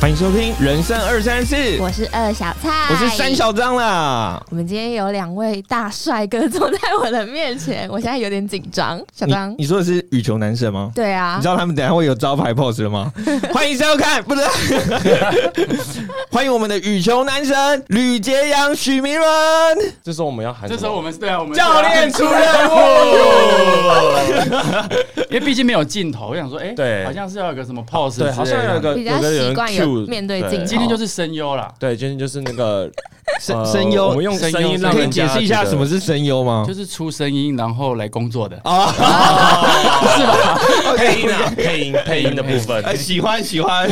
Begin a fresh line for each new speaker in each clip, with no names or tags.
欢迎收听《人生二三四》，
我是二小菜，
我是三。小张啦。
我们今天有两位大帅哥坐在我的面 前，我现在有点紧张。小
你
张，
你说的是羽球男神吗？
对啊
你知，道他们等一下会有招牌 pose 了 吗？欢迎收看，不是？欢迎我们的羽球男神吕杰阳、许明伦
这时候我们要喊什
这
么，
时候我们对啊，我们
教练出任务。
因为毕竟没有镜头，我想说，哎，
对
好像是要有个什么 pose，
对，好像有一
个。
个
比较
有个人
习惯有
cue，
面对镜头
今天就是声优啦，
对，今天就是那个
声
呃
声
我
优
们，用
声优
声音
那
让
我
可以
人
解
家
释一下
觉得
什么？是声优吗
就？是出声音然后来工作的。
啊，是吧
配音啊，配音配音的部分，
哎喜欢喜欢，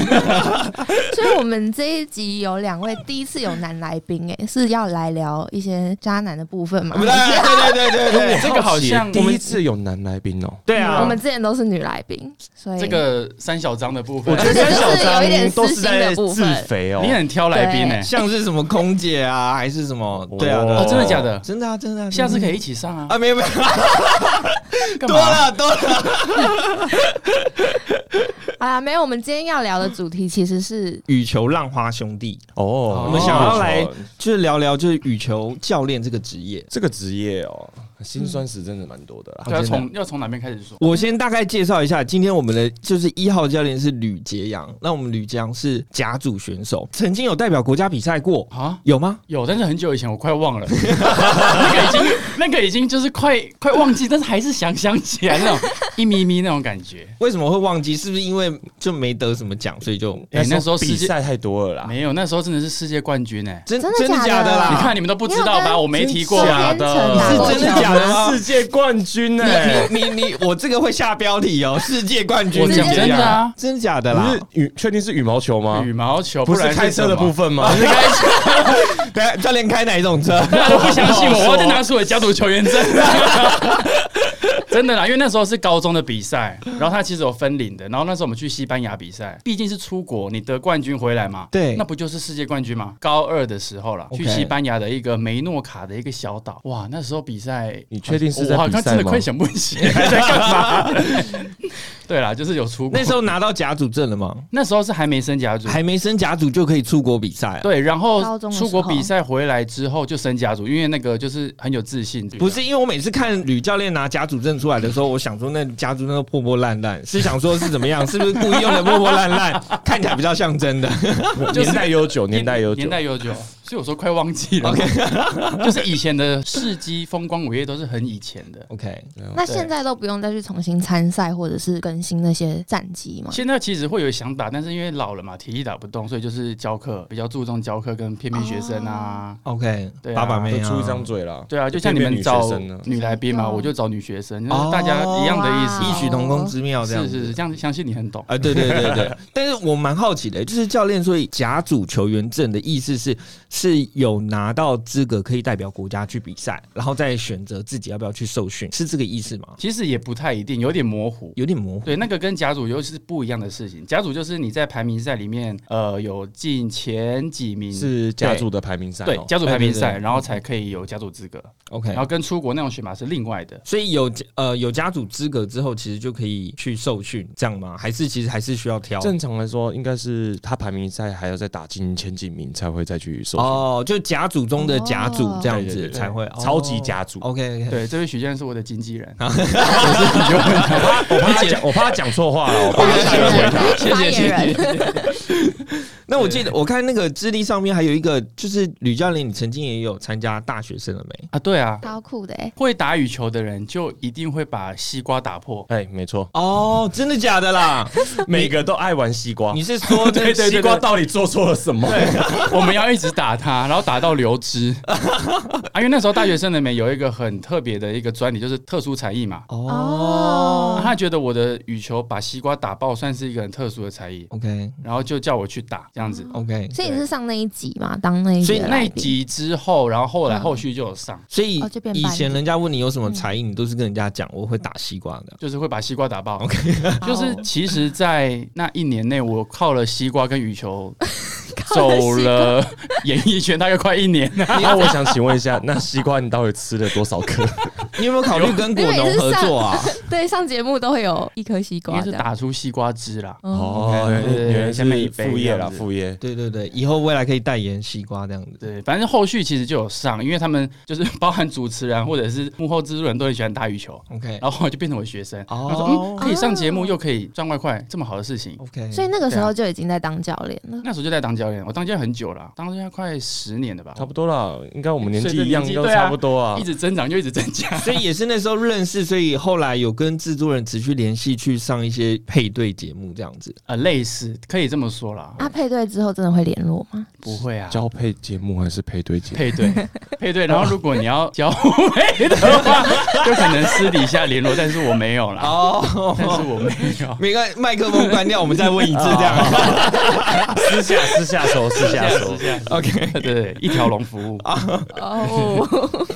所以我们这一集有两位第一次有男来宾，哎，是要来聊一些渣男的部分吗？
对对对对对
哎这个好像
第一次有男来宾哦，
对
啊我们之前都是女来宾，所以
啊这个三小张的部分
我，觉得
这
三
就是
小
有一点
张都
私心
是在
的部
自
分
肥哦，
你很挑来宾欸呢。
像是什么空姐啊，还是什么？对啊，对啊
哦，真的假的？
真的啊，真的啊，
下次可
以
以一起上啊。
啊，没有没有，
干
多
嘛？
了多了，
啊，没有，我们今天要聊的主题其实 是
羽球浪花兄弟，
哦，
我们想
要来就是聊聊就是羽球教练这个职业。
这个职业哦，辛酸史真的蛮多的啦。
对，要啊从要从哪边开始说？
我先大概介绍一下，今天我们的就是一号教练是吕杰阳，那我们吕杰阳是甲组选手，曾经有代表国家比赛过，
啊，
有吗？
有，但是很久以前，我快忘了。 那个已经，那个已经就是快快忘记，但是还是想想起来那种一咪咪那种感觉。
为什么会忘记？是不是因为就没得什么奖，所以就
哎那时候世界
比赛太多了啦，
没有，那时候真的是世界冠军哎。
真
真的
真的假
假的
啦？
你看你们都不知道吧？我没提过
你有
吧？
跟周
是啊
天成打过
真的
球
假
吗
的啊
世界冠军欸呢？
你你你，我这个会下标题哦，世界冠军，
我讲真的啊
真的假的
不
啦
是？羽，确定是羽毛球吗？
羽毛球，
啊不
然
是开车的部
分。
分吗？
等下教练开哪一种车？
大家都不相 信我，我要再拿出我的家族球员证。真的啦，因为那时候是高中的比赛，然后他其实有分龄的，然后那时候我们去西班牙比赛，毕竟是出国，你得冠军回来嘛，
对
那不就是世界冠军嘛？高二的时候啦，
OK
去西班牙的一个梅诺卡的一个小岛，哇，那时候比赛，
你确定是在
我好
比
像真
赛
的
吗
快？想不起来在 干嘛。对啦，就是有出 国，
那时候拿到甲组证了吗？
那时候是还没升甲组，
还没升甲组就可以出国比赛、啊？
对，然
高
后
中的时
出
候
国比赛回来之后就升甲组，因为那个就是很有自信，
不是因为我每次看吕教练拿甲组证出来的时候，我想说那甲组那个破破烂烂，是想说是怎么样？是不是故意用的破破烂烂，看起来比较像真的？
就是
年代悠久，年代悠久，
年代悠久，所以我说快忘记了。 就是以前的世纪风光午夜都是很以前的。
OK，
啊
那现在都不用再去重新参赛或者是更新那些战绩吗？
现在其实会有想打，但是因为老了嘛，体力打不动，所以就是教课比较注重教课跟骗骗学生啊。
哦
OK，
对
爸
啊
爸妹
就
啊
出一张嘴啦。
对啊，就像你
骗骗
们
女学
找
生啊呢
女来宾嘛，
嗯
我就找女学生，
哦
大家一样的意思
哇
异
嘛。
曲同工之妙，这样
是
子
是是，这样相信你很懂。
啊，对对对对，但是我蛮好奇的，就是教练，所以甲组球员证的意思是是有拿到资格可以代表国家去比赛，然后再选择自己要不要去受训，是这个意思吗？
其实也不太一定，有点模糊。
有点模糊。
对，那个跟甲组又是不一样的事情。甲组就是你在排名赛里面，呃，有进前几名，
是家族的排名赛哦，
对甲组排名
对对
赛，
对
然后才可以有甲组资格。
OK，
然后跟出国那种选拔是另外的。
所以有呃有甲组资格之后，其实就可以去受训，这样吗？还是其实还是需要挑？
正常来说，应该是他排名赛还要再打进前几名才会再去受训，
哦，就甲组中的甲组
哦
这样
对对
子
对
才会
超级。家族。
OK OK，
对，这位许先生是我的经纪人，
我怕他讲，我怕他讲错话
哦
了，我怕他
发
下一
言
回
人发言
答。
谢谢谢谢。
人，
那我记得我看那个资历上面还有一个，就是吕教练，你曾经也有参加大学生了没？
啊，对啊，
超酷的哎！
会打羽球的人就一定会把西瓜打破。
哎，没 错，
哦，真的假的啦？
每个都爱玩西瓜
你。是说
对
这
对，西
西
瓜
瓜
到底做错了什么？
我们要一直打它，然后打到流汁。啊，因为那时候大学生里面有一个很特别的一个专利，就是特殊才艺嘛。
哦
他觉得我的羽球把西瓜打爆算是一个很特殊的才艺，
？OK
然后就叫我去打这样子。
OK，
所以你是上那一集嘛？当那一
所
集
以
的
那一
来宾
集之后，然后后来后续就有上，
所以
哦这边嗯
以
半
前
点
人家问你有什么才艺，你都是跟人家讲我会打西瓜的。
就是会把西瓜打爆。
哦
就是其实，在那一年内，我靠了西瓜跟羽球走了演艺圈大概快一年了，
那我想请问一下，那西瓜你到底吃了多少 颗？
你有没有考虑跟果农合作啊？
对，上节目都会有一颗西
应
瓜
该是
这样。
打出西瓜汁啦。
哦，
对对对
原来
下面一
是
杯
副业
这
啦，
样子
副业。
对对对，以后未来可以代言西瓜这样子。
对，反正后续其实就有上，因为他们就是 包含主持人或者是幕后制作人都很喜欢打羽球，
OK
然后我就变成我学生，然后说嗯，
哦
可以上节目又可以赚外快，这么好的事情。
OK，
所以那个时候就已经在当教练了。
那时候就在当教练，我当教练很久了，当教练快十年了吧，
差不多啦，应该我们年纪
随着
一样，
年纪
都
对啊
差不多啊
一。直增长就一直增加。
所以也是那时候认识，所以后来有跟制作人持续联系，去上一些配对节目这样子。
呃，类似可以这么说啦，
啊，配对之后真的会联络吗？
不会啊，
交配节目还是配对 节目？
配对配对，然后如果你要交配的话，就可能私底下联络，但是我没有啦，
哦，
但是我没 有。
没关麦克风关掉，我们再问一次这 样。
私下私下手，私下手。
OK
对对，对一条龙服务。
哦，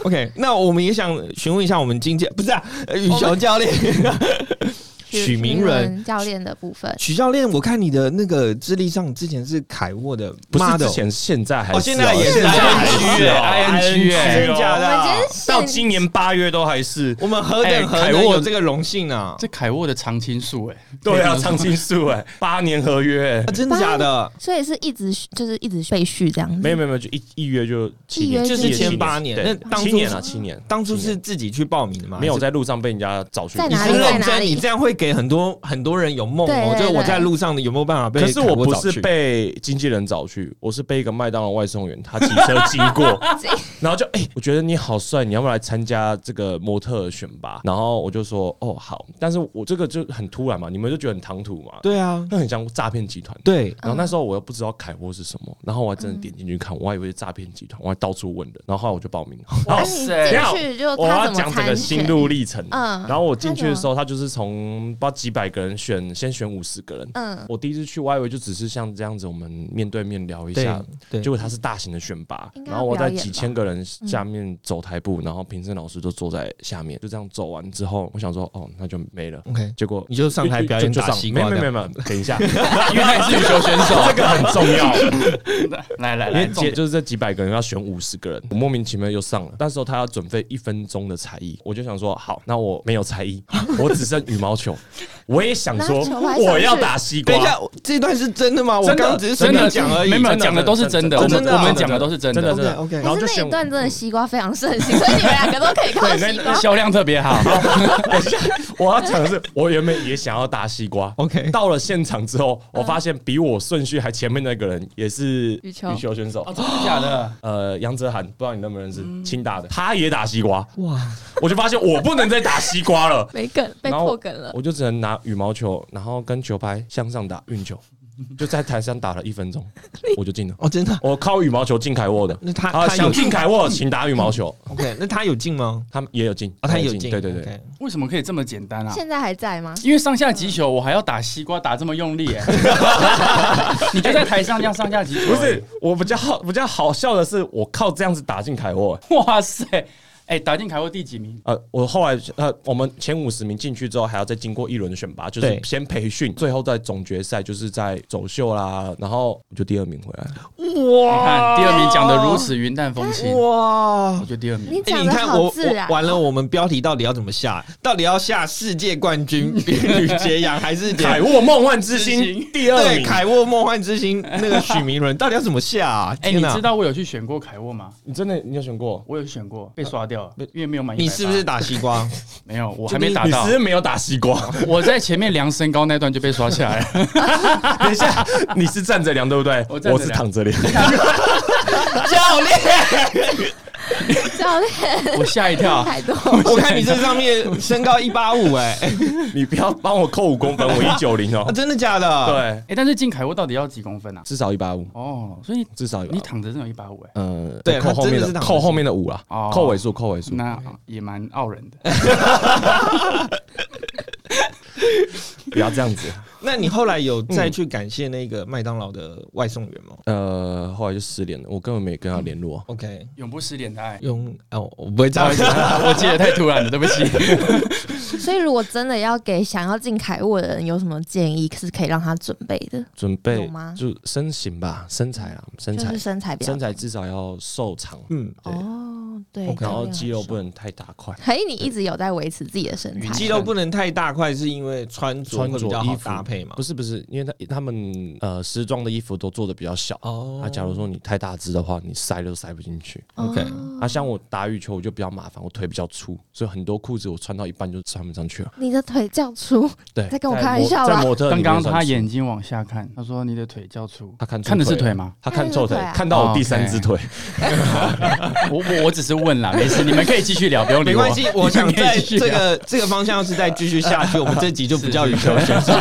OK，那我们也想询问一下我们经纪不是啊，呃羽球教 练许明仁。
教练的部分，
许教练，我看你的那个资历上之前是凯沃的
不是
model，
之前，现在还是
哦
啊
现在也是
现在还
ING
是哦
哎 ING 哎
真假的啊
我们今天是
到今年八月都还是。
我们何等
哎
何
凯
能
沃
有这个荣幸啊！
这凯沃的常青树，哎，
对啊，常青树哎，八年合约
啊，真的假的？
所以是一直就是一直被续这样子。
没有没有没有，就一一约就七
一
年，
约
就是
一约
签八年
对
那当初
七年
是
啊，七年。
当初
七
是
年
自己去报名的吗？
没有我在路上被人家找去
在
你
哪
是
里
认
在哪
真，
里
你这样会给很多很多人有梦
对
哦。
对
就是我
对
在路上有没有办法被？
可是我不是，被经纪人找去，我是被一个麦当劳外送员，他骑车经过，然后就哎、我觉得你好帅，你要不要来参加这个模特儿选拔？然后我就说哦好，但是我这个就很突然嘛，你们就觉得很唐突嘛，
对啊，
那很像诈骗集团。
对，
然后那时候我又不知道凯沃是什么，
嗯
然后我还真的点进去看，我还以为是诈骗集团，我还到处问人，然后后来我就报名了。
那
然
啊
后
你进
塞
去就
我
他
要
怎么
讲整个
参
心
选？
路历程。
嗯
然后我进去的时候，他就是从不知道几百个人选，先选五十个人。
嗯，
我第一次去，我还以为就只是像这样子，我们面对面聊一
对
下。
对
结果他是大型的选拔
应，该要
然后我在
表演
几千个人下面走台步，然后评审老师就坐在下面，就这样走完之后，我想说哦，那就没了。
，OK，
结果
你就上台表演
就就
打
上
西
没
瓜
没
这
没
样
没， 等一下，
因为他也是羽球选手，这个很
重要。
来来
因
来，
为
重
姐
点
就是这几百个人要选五十个人，我莫名其妙又上了。那时候他要准备一分钟的才艺，我就想说，好，那我没有 才艺，我只剩羽毛球。我也想说
拿球还，上去
我要打西瓜
等一。下，这段是真的吗？我
真的
刚刚只是随
真
便
的
讲而已
没。有没有
真的
讲的都是真的，我
真的
们
真的
我们讲的都是真
真的
的，
真的
OK，OK
然后就
可是那
选
一段真的西瓜非常盛行， 所以你们两个都可以靠
对
西瓜。
销量特别好。
我要讲的是，我原本也想要打西瓜。
OK
到了现场之后，我发现比我顺序还前面那个人也是
羽球
羽球选手
哦，，真的假的？
呃，杨哲涵，不知道你认不认识，
嗯
清大的，他也打西瓜，
哇，
我就发现我不能再打西瓜了。
没梗，被
然后
破梗了。
我就只能拿羽毛球，然后跟球拍向上打运球，就在台上打了一分钟，我就进了。
哦，真的
我靠羽毛球进凯沃的，
那他
啊，
他有
想进凯沃，请打羽毛球，
，OK，那他有进吗？
他也有进，
啊，他有
有
进，
对对对。
OK，
为什么可以这么简单啊？
现在还在吗？
因为上下击球，我还要打西瓜，打这么用 力、哎你就在台上这样上下击球、
不是，我比较好，比较好笑的是，我靠这样子打进凯沃。
哎，哇塞，哎、打进凯沃第几名？
呃，我后来呃，我们前五十名进去之后，还要再经过一轮选拔，就是
对
先培训，最后在总决赛就是在走秀啦，然后我就第二名回来。
你
哇
看第二名讲的如此云淡风轻，
哇
我！就第二名。
你
哎
讲
你
的
看我
好
我
自然。哦
完了，我们标题到底要怎么下？到底要下世界冠军吕杰阳还是杰
凯沃梦幻之
之
星
星
第二
对
名，
凯沃梦幻之星那个许明伦到底要怎么下啊？
哎、
天
你
哪
知道我有去选过凯沃吗？
你真的你有选过？
我有选过，被刷掉了，因为没有满100%。
你是不是打西瓜？
没有？我还没打
你
到
只，是没有打西瓜。
我在前面量身高那段就被刷下 来了。
等一下，你是站着量对不对？
我站着量
是躺着量。
教练，
教练
我吓一跳，
太多，
我看你这上面身高一八五， 哎，
你不要帮我扣五公分，我一九零哦
啊 真的假的？，
对，
哎、但是进凯沃到底要几公分啊？
至少一百五，
哦，所以
至少一百
你。躺着真有一百五哎，
呃，
对
扣后
他
面
真的是
的
躺着
扣后面的五啦
哦，
扣尾数，扣尾数。
那也蛮傲人的。
不要这样子。
那你后来有再去感谢那个麦当劳的外送员吗
呃，后来就失联了，我根本没跟他联
嗯
络。
？OK，
永不失联的爱。
用哦，我不会这
不好
样
意思，我记得太突然了，对不起。
所以如果真的要给想要进凯沃的人有什么建议，是可以让他准备的，
准
有
备
吗
就身形吧，身材啦，身
就
材
是，身材比较
身材至少要瘦长，
嗯，
对
哦，对，
然后肌肉不
能。
能太大块。
嘿，你一直有在维持自己的身材，
肌肉不能太大块，是因为穿着
穿
会
着
比较好
衣服
搭配嘛
不？是不是，因为他他们呃时装的衣服都做的比较小，
哦
啊，假如说你太大只的话，你塞都塞不进去。
OK，
哦
啊，像我打羽球我就比较麻烦，我腿比较粗，所以很多裤子我穿到一半就穿不上去了。
你的腿较粗，
对，
在跟我开玩笑
在
吧
模特里
刚
面
刚
算
他
粗
眼睛往下看，他说你的腿较粗，
他看错
看的是
腿
腿吗？
他看错
看得
腿
出来啊，
看到我第三只腿。
我我我只是问 啦，没事，你们可以继续聊，不用
没
理我。
关系，我想
你们可
在
以继续
这
聊
个这个方向要是再继续下去，我们这集就不叫羽球选手，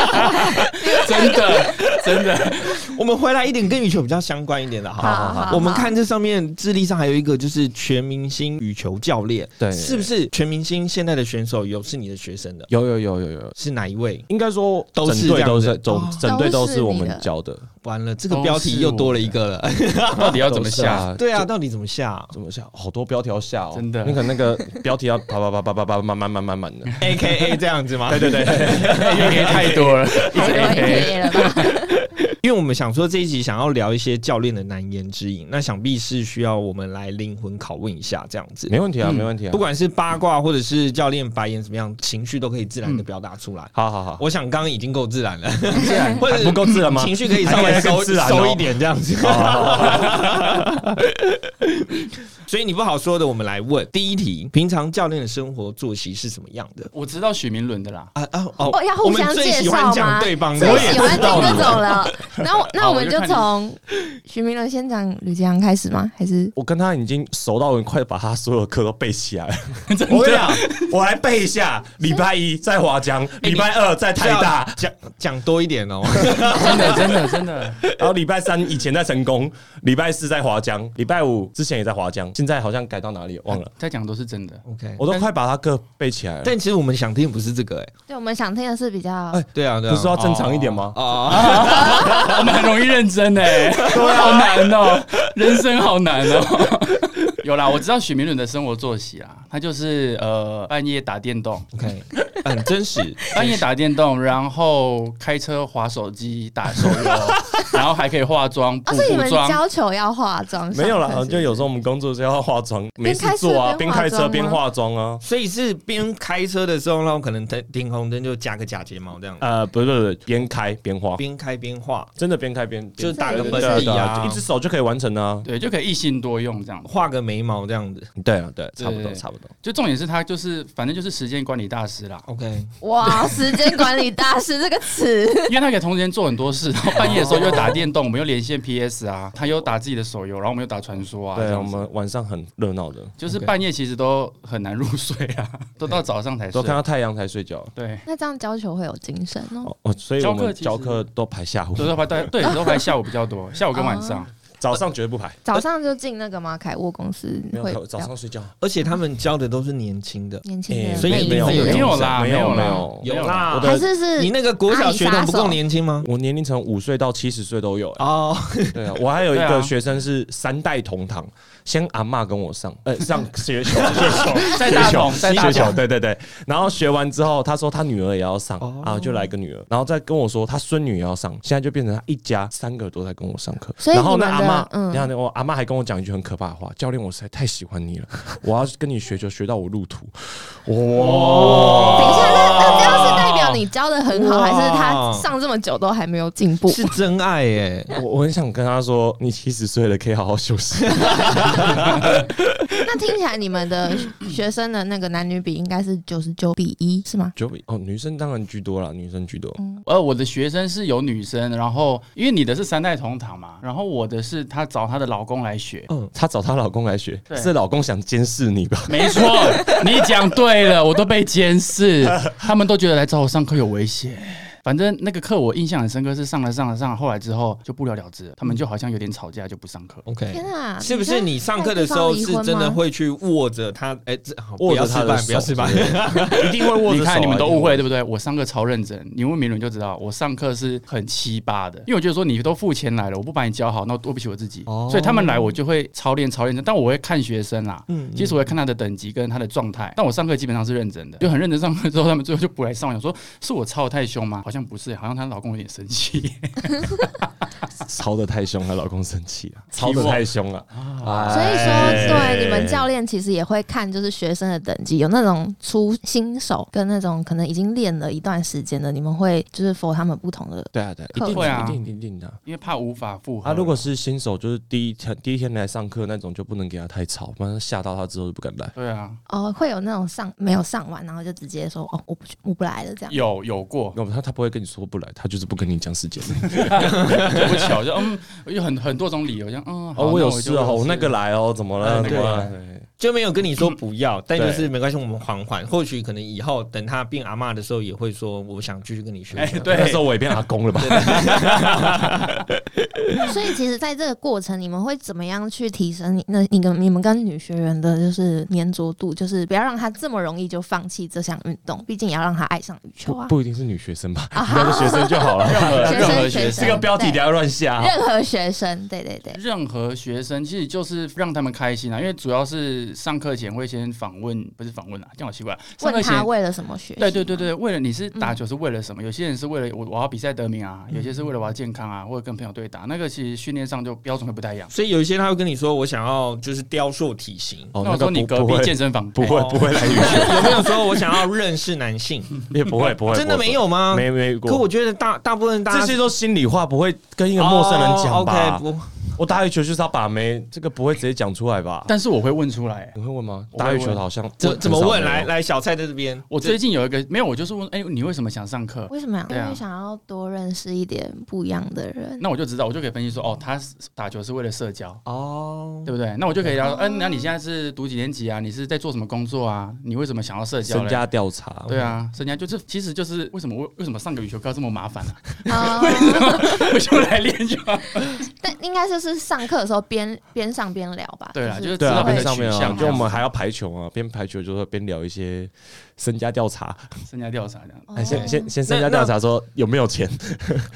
真的真的，
我们回来一点跟羽球比较相关一点的，好不好。
好好
我们看这上面智利上还有一个就是全明星羽球教练，
对
是不是全明星现在的选手有是你的学生的？
有有有有有，
是哪一位？
应该说
都是
整
这
队
样
都
子
是整
哦
整队
都
都
是
是我
你的
们教的，
完了，这个标题又多了一个了。
到底要怎么
都是
下？
啊
对啊，，到底怎么下
怎么下？好多标题要下哦，
真的
你可能那个标题要啪啪啪啪啪啪，慢慢慢慢慢的。
？A K A 这样子吗？对对对，
因为太多 了，一直 A
太
K。
了吧？
因为我们想说这一集想要聊一些教练的难言之隐，那想必是需要我们来灵魂拷问一下这样子
没。问题啊，
嗯
没问题啊
不。管是八卦或者是教练白眼怎么样，情绪都可以自
嗯
然的表达出来。
好好好，
我想刚刚已经够自然了，
自然
或者
不够自然吗
情绪可以稍微
还可以
收
更自然哦哦
收一点这样子。 所以你不好说的，我们来问第一题：平常教练的生活作息是什么样的？
我知道许明伦的啦，
啊啊哦
哦要互
我们
相
最喜
介
欢
绍
讲
吗
对方的，
最喜欢听
我也
这
不知道
种了。那我那
好
我们
我
就
就看你
从徐明伦先讲吕杰阳开始吗？还是
我跟他已经熟到，我快把他所有课都背起 来了。
真
我跟你
的
讲，我来背一下：礼拜一在华江，礼拜二在台大，
讲讲多一点哦。
真的真的真的，
然后礼拜三以前在成功，礼拜四在华江，礼拜五之前也在华江，现在好像改到哪里忘了。
在讲都是真的。
OK，
我都快把他课背起来了。
但其实我们想听的不是这个，哎，
对我们想听的是比较
哎
对啊，对啊，
不是说要正常一点吗？
啊，
我们很容易认真哎、好难哦、人生好难哦、 有啦，我知道许明伦的生活作息啦，他就是呃半夜打电动，
OK，很啊真实，
半夜打电动，然后开车划手机打手 游，然后还可以化妆、
哦，
补
是你们
补妆。
教球要化妆上课？
没有啦，哦就有
是
时候我们工作是要化妆，没
边
事
开车
做啊，
边
边
化
开车
妆
边
吗
化妆啊。
所以是边开车的时候，然后可能停停红灯就加个假睫毛这样，
呃，不是不是，边开边画，
边开边画，
真的边开边
就是
边
打个
对
粉
啊对啊
底
对啊，
啊，
就一只手就可以完成啊。
对，就可以一心多用这样。
画个眉毛这样子。
对啊，对，差不
对
多
对
差不多。
就重点是他就是反正就是时间管理大师啦，
OK，
不是哇，时间管理大师这个词，
因为他可以同时间做很多事，然后半夜的时候又打电动，我们又连线 PS 啊，他又打自己的手游，然后我们又打传说啊，这
对，我
样子
们晚上很热闹的，
就是
OK
半夜其实都很难入睡啊，都到早上才睡
都。看到太阳才睡觉。
对，
那这样教球会有精神哦。
哦，哦所以
教
我
课
们
其实
教课都排下午，
都是排对对，都排下午比较多，下午跟晚上。
早上绝对不排，
早上就进那个吗？凯沃公司
没有
会
早早上睡觉。
而且他们教的都是年轻的，
年轻人，
所以
魅力
没有
之类
哎没
的
有啦，
哦没
啊没
有
啦
没
有
没
啦
我
还
的
是是
你那个国小学童不够年轻吗？
我年龄层五岁到七十岁都有。哎
哦，
对啊，我还有一
对
个
啊
学生是三代同堂，先阿嬷跟我上，呃， 上学球，
在大同，在
学
大
球，
同，
对对对。然后学完之后，他说他女儿也要上
哦
啊，就来个女儿，然后再跟我说他孙女也要上，现在就变成他一家三个都在跟我上课。
所以
然后
你
那
们的
阿
嗯
妈，然后我阿妈还跟我讲一句很可怕的话：“教练，我实在太喜欢你 了，我要跟你学球，学到我入土。”哇！
等一下，那那这样是代表你教的很好，
哇
还是他上这么久都还没有进步？
哦是真爱耶！
我我很想跟他说，你七十岁了，可以好好 休息。
那听起来你们的学 生的那个男女比应该是九十九比一，是吗？
就比哦，女生当然居多啦，女生居
嗯
多。
呃，我的学生是有女生，然后因为你的是三代同堂嘛，然后我的是她找她的老公来 学。
她找她老公来学，
对
是老公想监视你吧？
没错，你讲对了，我都被监视，他们都觉得来找我上课有危险。反正那个课我印象很深刻，是上了上了上了，后来之后就不了了之了。他们就好像有点吵架，就不上课。
OK
天。啊！
是不是你上课的时候是真的会去握着他？哎、这好
握着
不要
他
示
的
范，不要
手
示范。
一定会握着手啊。
你看，你们都误会，对
不
不对？我上课超认真，你问明伦就知道，我上课是很七八的，因为我觉得说你都付钱来了，我不把你教好，那我对不起我自己。
哦
所以他们来，我就会超练超认真，但我会看学生啦。
嗯
其实我会看他的等级跟他的状态，但我上课基本上是认真的，就很认真上课之后，他们最后就不来上。我想说，是我操得太凶吗？好像不是，好像她老公有点生气。
对？吵得太凶，她老公生气 了，吵得太凶啊了。
所以说，
哎
对你们教练其实也会看，就是学生的等级，有那种初新手跟那种可能已经练了一段时间的，你们会就是 for 他们不同的。
对啊，对啊，一
客
定
会
的
啊
一定一定一定的。
因为怕无法复合。
啊，如果是新手，就是第一天第一天来上课那种，就不能给他太吵，不然吓到他之后就不敢来。
对啊，
哦，会有那种上没有上完，然后就直接说哦，我不去我不来了这样。
有有过，
要不哦他他不会跟你说不来，他就是不跟你讲时间。
就不巧就嗯，有很很多种理由，像嗯，好
哦，我有
那
事
就
哦，我那个
了，
来哦，怎么了？
哎
怎
对
么了？对
就没有跟你说不要，但就
嗯对
是没关系，我们缓缓。或许可能以后等他变阿嬷的时候，也会说我想继续跟你学。
哎，对，
那时候我也变阿公了吧？
所以其实，在这个过程，你们会怎么样去提升你那你跟你们跟女学员的就是粘着度，就是不要让她这么容易就放弃这项运动，毕竟也要让她爱上羽球
不
啊。
不一定是女学生吧？
啊
应该是学生就好了。
任何任何学
学
生
生
这。个标题不要乱下。
任何学生，对对对，
任何学生其实就是让他们开心啊，因为主要是上课前会先访问，不是访问啊，这样好奇怪。上课
问
前
她为了什么学习？嗯
对对对对，为了你是打球是为了什么？有些人是为了我我要比赛得名啊，有些是为了我要健康啊，或者跟朋友对打，那个其实训练上就标准会不太一 样。
所以有一些他会跟你说，我想要就是雕塑体型。
哦
那我说你隔壁健身房
不会
哦
不会来女学，
有没有说我想要认识男 性？
也不会不会，
啊真的
不会
没有吗？
没没
可我
过。
觉得大大部分大家
这些都心里话，不会跟一个陌生人讲
哦
吧？
，OK，不，
我打羽球就是要把妹，这个不会直接讲出来吧？
哎但是我会问出来、欸
你会问吗？
我会
打
问
羽球的好像
怎怎么问？
很少
来
有
来，小蔡在这边，
我最近有一个没有，我就是问，哎、你为什么想上课？
为什么呀？
对啊
因为想要多认识一点不一样的人。
那我就知道，我就可以分析说，哦，他是打球是为了社交，
哦，
对不对？那我就可以聊，嗯、那你现在是读几年级啊？你是在做什么工作啊？你为什么想要社交
身
嘞？
家调查，
对啊，身家就是，其实就是为什么为为什么上个羽球课这么麻烦啊？
啊，
我就来练就好。
但应该就是上课的时候边边上边聊吧。
对啦就是
对
知
啊，
道他
边
的
上
取
面啊，
向
就我们还要排球啊，边排球就是边聊一些身家调查，
身家调查这样，
哦
哎先先先
那
身家调查说有没有钱，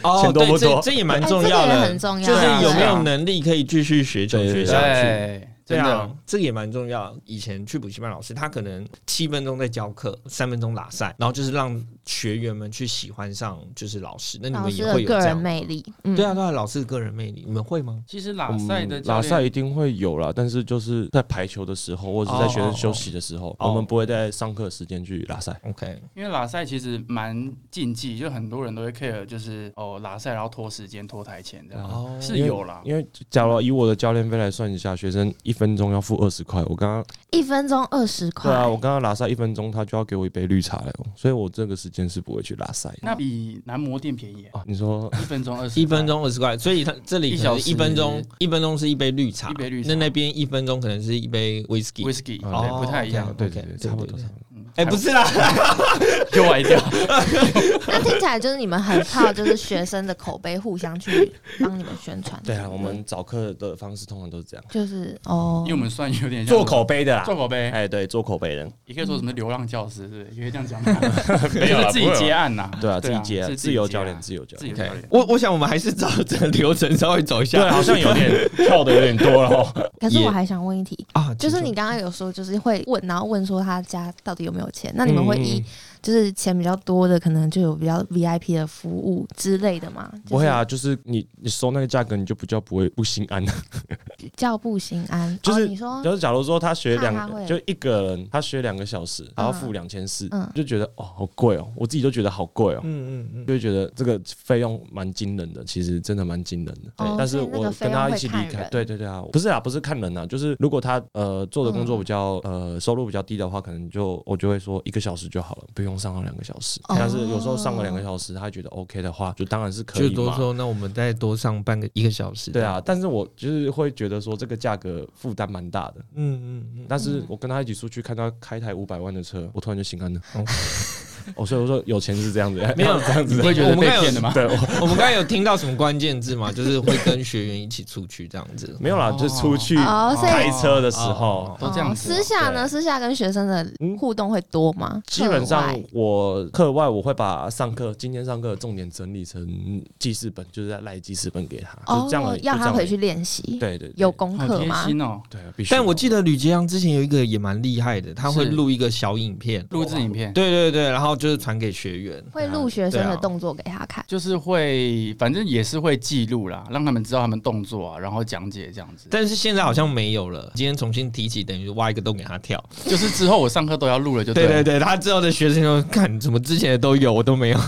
哦，
钱多
对，
不多
这这也蛮重要
哎这个也
的，
很重要
就是有没
对啊
有能力可以继续学球
对
学
对
下去。
对，
对
真
啊
的，，
这个也蛮重要。以前去补习班，老师他可能七分钟在教课，三分钟拉赛，然后就是让学员们去喜欢上就是老师。那你
老
们
师
也
的
会有
个
这
人
样？
魅力，嗯
对啊，，对啊，老师的个人魅力，你们会吗？
其实拉赛的
嗯
教
拉
练
赛一定会有啦，但是就是在排球的时候，或者是在学生休息的时候，
哦
我们不会在上课时间去拉
嗯
赛。
OK，
因为拉赛其实蛮禁忌，就很多人都会 care，就是哦拉赛然后拖时间、拖台前这样，
哦
是有啦。
因为假如以我的教练费来算一下，学生一分钟要付二十块，我刚刚
一分钟二十块
对，啊，我刚刚拉赛一分钟，他就要给我一杯绿茶了，所以我这个时间是不会去拉赛的。
那比男模店便 宜欸，
啊，你说
一分钟二十，
一分钟二十块，所以他这里可能是
一小时
一分钟，一分钟是一杯绿茶，
一杯绿茶
那那边一分钟可能是一杯 whisky。
whisky，
哦
对，不太一样
哦。
对对对，
OK，
差不多
对对对
差不多。
嗯
哎、不是啦，
又歪掉。
那听起来就是你们很靠就是学生的口碑互相去帮你们宣传。
对啊，我们找课的方式通常都是这样，
就是哦
因为，我们算有点像
做口碑的啦。
做口碑，
哎，对，做口碑的。
也可以说什么流浪教师，是不是？也可以这样讲吗，
没有啦
就是 自己接案呐，
对啊，自己接啊
是
自由教
接
练，
案
自由教
自
练。
由教练。
我我想我们还是照着流程稍微走一下。
对，好像有点跳的有点多了哦。
可是
也
我还想问一题，
啊，
就是
请
你刚刚有说就是会问，然后问说他家到底有没有钱？那你们会
嗯
依
嗯
就是钱比较多的，可能就有比较 VIP 的服务之类的嘛？
不会，啊，就是你你收那个价格，你就比较不会不心安。
哦比较不心安。
就是
哦、你说
就是假如说他学
怕他
两，
会
就一个人他学两个小时，然后付两千四
嗯，
就觉得哦好贵哦，我自己都觉得好贵哦，
嗯嗯嗯，
就会觉得这个费用蛮惊人的，其实真的蛮惊人的。
哦
对，但是
所以那
我
个费
跟
用
他
会
一起离
看
开，
人
对对对啊，不是啊，不是看人啊，就是如果他呃做的工
嗯
作比较呃收入比较低的话，可能就我就会说一个小时就好了，不用上到两个小时。
哦
但是有时候上个两个小时，他觉得 OK 的话，就当然是可
就
以
多
嘛。
说，那我们再多上半个一个小时。
对啊，，但是我就是会觉得说这个价格负担蛮大的，
嗯嗯嗯，
但是我跟他一起出去看他开台五百万的车，我突然就心安了。 哦，所以我说有钱是这样子，
没有
这样
你
子
不。会觉得
我们
被
刚有
骗的吗？
对，我
我们刚才有听到什么关键字吗？就是会跟学员一起出去这样子。
没有啦，就出去
哦所以
开车的时
哦，
候
都这样
哦
子啊
私下呢？私下跟学生的互动会多吗？
基本
课
上
外
我课外我会把上课今天上课的重点整理成记事本，就是在赖记事本给他，就
哦
这样而已，，
要
就这
他
样而
回
已
去。练习，
对对，对
有功
好
课
贴
吗？
心哦，
对，啊必须。
但我记得吕杰阳之前有一个也蛮厉害的，他会
是
录一个小影片，哦
录制影片。
对对对，然后就是传给学员。
会录学生
对
的
啊
动作给他看。
就是会，反正也是会记录啦，让他们知道他们动作啊，然后讲解这样子。
但是现在好像没有了，今天重新提起，等于挖一个洞给他跳。
就是之后我上课都要录了，就
对
了
对对，他之后的学生就看怎么之前的都有，我都没有。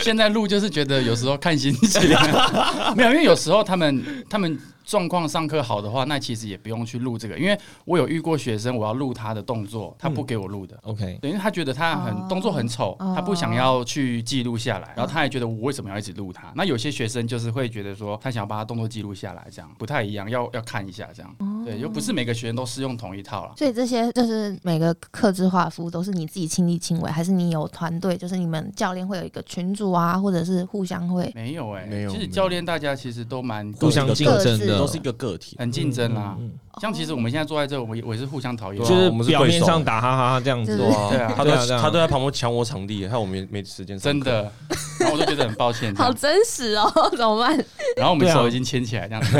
现在录就是觉得有时候看心情，啊没有，因为有时候他们他们状况上课好的话，那其实也不用去录这个，因为我有遇过学生，我要录他的动作，他不给我录的。
OK，
等于他觉得他很、
哦
动作很丑，他不想要去记录下来，然后他也觉得我为什么要一直录他？那有些学生就是会觉得说，他想要把他动作记录下来，这样不太一样，要要看一下这样。对，又不是每个学生都适用同一套啦。
所以这些就是每个客制化服务都是你自己亲力亲为，还是你有团队？就是你们教练会有一个群组啊，或者是互相会
没有哎、
没有
其
没
实
有
教练大家其实都蛮
互相竞争
各自
的，
都是一个个体，
很竞争啦。
嗯嗯
像其实我们现在坐在这，我们也我也是互相讨厌。
对啊
就
我们
是
是对
表
手
面上打哈哈哈这样子
对。
啊对啊
他都
对啊对啊
他都在旁边抢我场地，害我没没时间上
真
课。
的，然后我就觉得很抱歉。这
好
样
真实哦， 怎么办？
然后我们
对啊
手已经牵起来，这样子。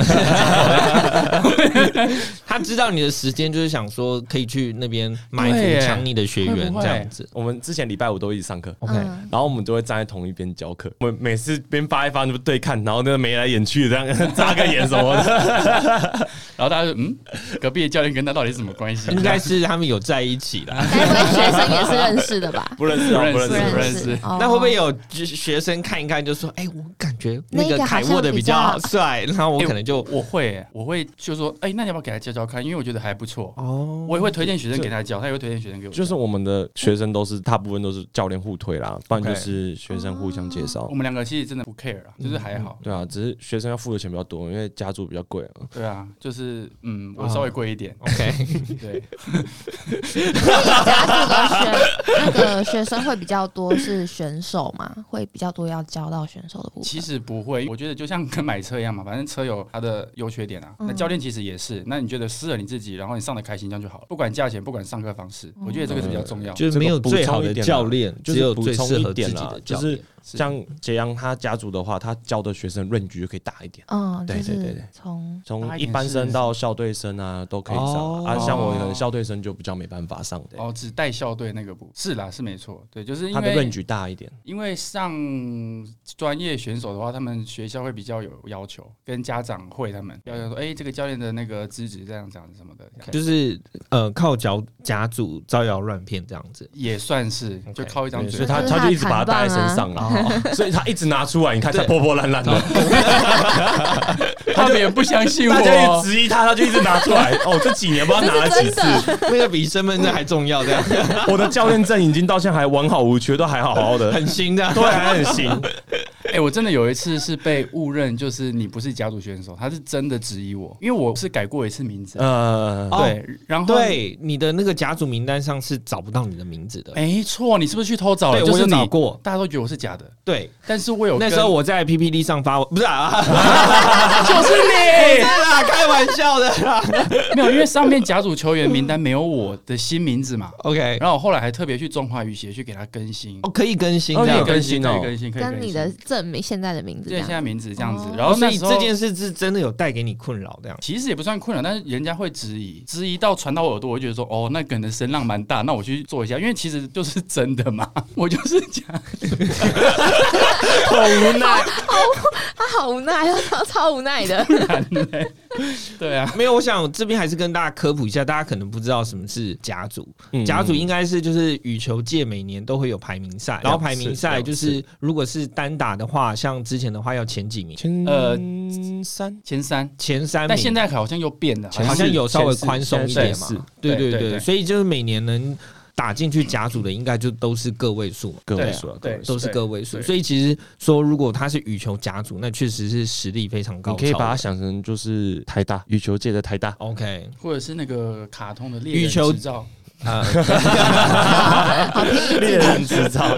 他知道你的时间，就是想说可以去那边埋
对
伏
耶
抢你的学
会
员
不
这
会
样子。
我们之前礼拜五都一起上课。
OK，
嗯
然后我们就会站在同一边教课，我们每次边发一发，那么对看，然后那个眉来眼去的这样 眨个眼什么 的。？
然后大家就嗯，隔壁的教练跟他到底是什么关 系？
应该是他们有在一起啦。
该不会学生也是认识的吧
不认识啊，
不认识
认不
不认识
认识。
识，哦
那会不会有学学生看一看就说：“哎、我感觉那
那
个
个好
凯
像
沃的
比
比较
较
好帅。”然后我
哎
可能就
我会欸，我会就说，哎，那你要不要给他教教看？因为我觉得还不错。
哦，
我也会推荐学生给他教，他也会推荐学生给我教。
就是我们的学生都是大部分都是教练互推啦，不然就是学生互相介绍
哦
我。们两个其实真的不 care 啊，就是还好。
对啊，只是学生要付的钱比较多，因为家住比较贵啊。
对啊，就是嗯，我稍微贵一点。
OK，
对，
哦那个学生会比较多是选手嘛，会比较多要教到选手的部分。
其实不会，我觉得就像跟买车一样嘛，反正车有它的优缺点
嗯
啊。那教练其实也是，那你觉得适合你自己，然后你上的开心，这样就好了。不管价钱，不管上课方式，
嗯
我觉得这个是比较重要。
就是没有
这个补充
最好
一
的
点啊
教练，
就
只有
是补
最
充
适合
一
自己
点
的
啦，
教
就
练。
是像杰阳他家族的话，他教的学生润局就可以大一点，
嗯，就
对对对
是
对
从
从一般生到校队生啊都可以上啊。
哦
像我可能校队生就比较没办法上的，
哦，只带校队那个不是啦，是没错，对，就是因
他的润
为
局大一点。
因为上专业选手的话，他们学校会比较有要求，跟家长会他们要求说，哎、这个教练的那个资质这样这样子什么的
就是呃，靠脚甲组招摇乱骗这样 子。
也算是
OK，
就靠一张
对所
嘴
以。他
就是他
他就一直把它
砍棒啊
带在身上了， 所以他一直拿出来，你看他破破烂烂的，
他们也不相信
大家一
我哦
直，质疑他，他就一直拿出来。哦，这几年不知道拿了几次，
那个比身份证还重要，这样
我的教练证已经到现在还完好无缺，都还好好 的，
很新 的。
都还很行。
哎、我真的有一次是被误认，就是你不是甲组选手，他是真的质疑我，因为我是改过一次名字，
呃，
哦
对，然后，
对，你的那个甲组名单上是找不到你的名字的。
没错，你是不是去偷找了？
对
就
我
是
有
你
找过
大家都觉得我是假的，
对，
但是我有
那
跟
时候我在 PPT 上发文，不是啊，
就是你
对啦，开玩笑的啦。
没有，因为上面甲组球员名单没有我的新名字嘛。
OK，
然后我后来还特别去中华语协去给他更新，
哦，可以更新
哦
这
可以
样
更新哦
可以更新，可以更新。
跟你的证明现在的名字这
对现在
样。
名字这样子
哦，
然后
所
那
以
时候
这件事是真的有带给你困扰，这样。
其实也不算困扰，但是人家会质疑，质疑到传到我耳朵，我就觉得说，哦，那可能声浪蛮大，那我去做一下，因为其实就是真的嘛， 我就是讲，
好无
啊
奈。
他好无奈，哦他超无奈的。
对啊，
没有，我想这边还是跟大家科普一下，大家可能不知道什么是甲组。
嗯
甲组应该是就是羽球界每年都会有排名赛，然后排名赛就是如果是单打的话，像之前的话要前几名，
前
呃
三
前三，
前三名。
但现在好像又变了，
前
好
好像
像
四
有稍微宽松一点嘛
前四，
对对
对对
对，
对
所以就是每年能打进去甲组的，应该就都是个位数嘛。
个位数啊，
对
个位数
都是个位数，
对
所以其实说，如果他是羽球甲组，那确实是实力非常高
你
超
可
的。
以把它想成 就是台大羽球界的台大。
OK，
或者是那个卡通的猎
羽
人
球
执照，
好听一
猎
点。
人执照，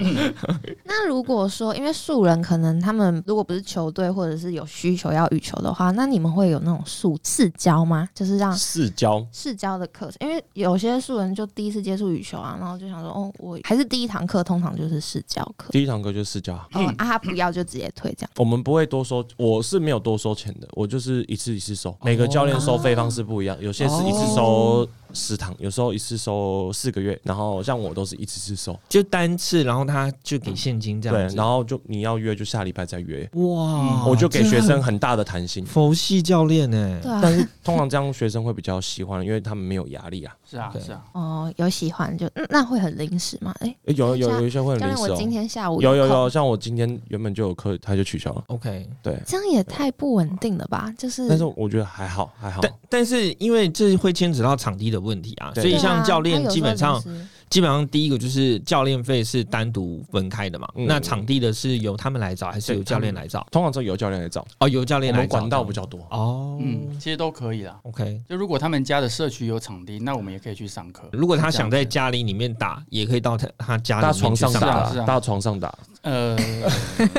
那如果说，因为素人可能他们如果不是球队或者是有需求要羽球的话，那你们会有那种素试教吗？就是让
世交
试教的课程，因为有些素人就第一次接触羽球啊，然后就想说，哦，我还是第一堂课通常就是试教课，
第一堂课就是世交。
哦，啊，他不要就直接退这样。
我们不会多收，我是没有多收钱的，我就是一次一次收。每个教练收费方式不一样，有些是一次
哦
收十堂，有时候一次收四个月，然后像我都是一次次收。
就单次，然后他就给现金这
对
样子。，哦
然后就你要约就下礼拜再约，
哇，
我就给学
真的
生
很
很大的弹性。
佛系教练欸呢、
对啊，
但是通常这样学生会比较喜欢，因为他们没有压力啊。
是啊
对
是啊，
哦，有喜欢就、嗯、那会很临时吗？哎、
诶有有
像
有一些会
教
很临
练，
时
我今
哦，
天下午
有有
空
有，像我今天原本就有课，他就取消了。
OK，
对，
这样也太不稳定了吧？就是，
但是我觉得还好还好。
但但是因为这会牵扯到场地的问题啊，
对
所
对
以
啊
像教
他
练
有
基
时候
本上
临时
基本上第一个就是教练费是单独分开的嘛，
嗯
那场地的是由他们来找还是由教练来找？
通常都有教练来找，
哦，由教
我
练来
们
找。
管道比较多。
哦，
嗯，其实都可以啦。
o k
就如果他们家的社区有场地，那我们也可以去上课。
如果他想在家里里面打，也可以到他他家
大
里面
床
去
上
上
是
打
啊是，啊
大床上打，
呃，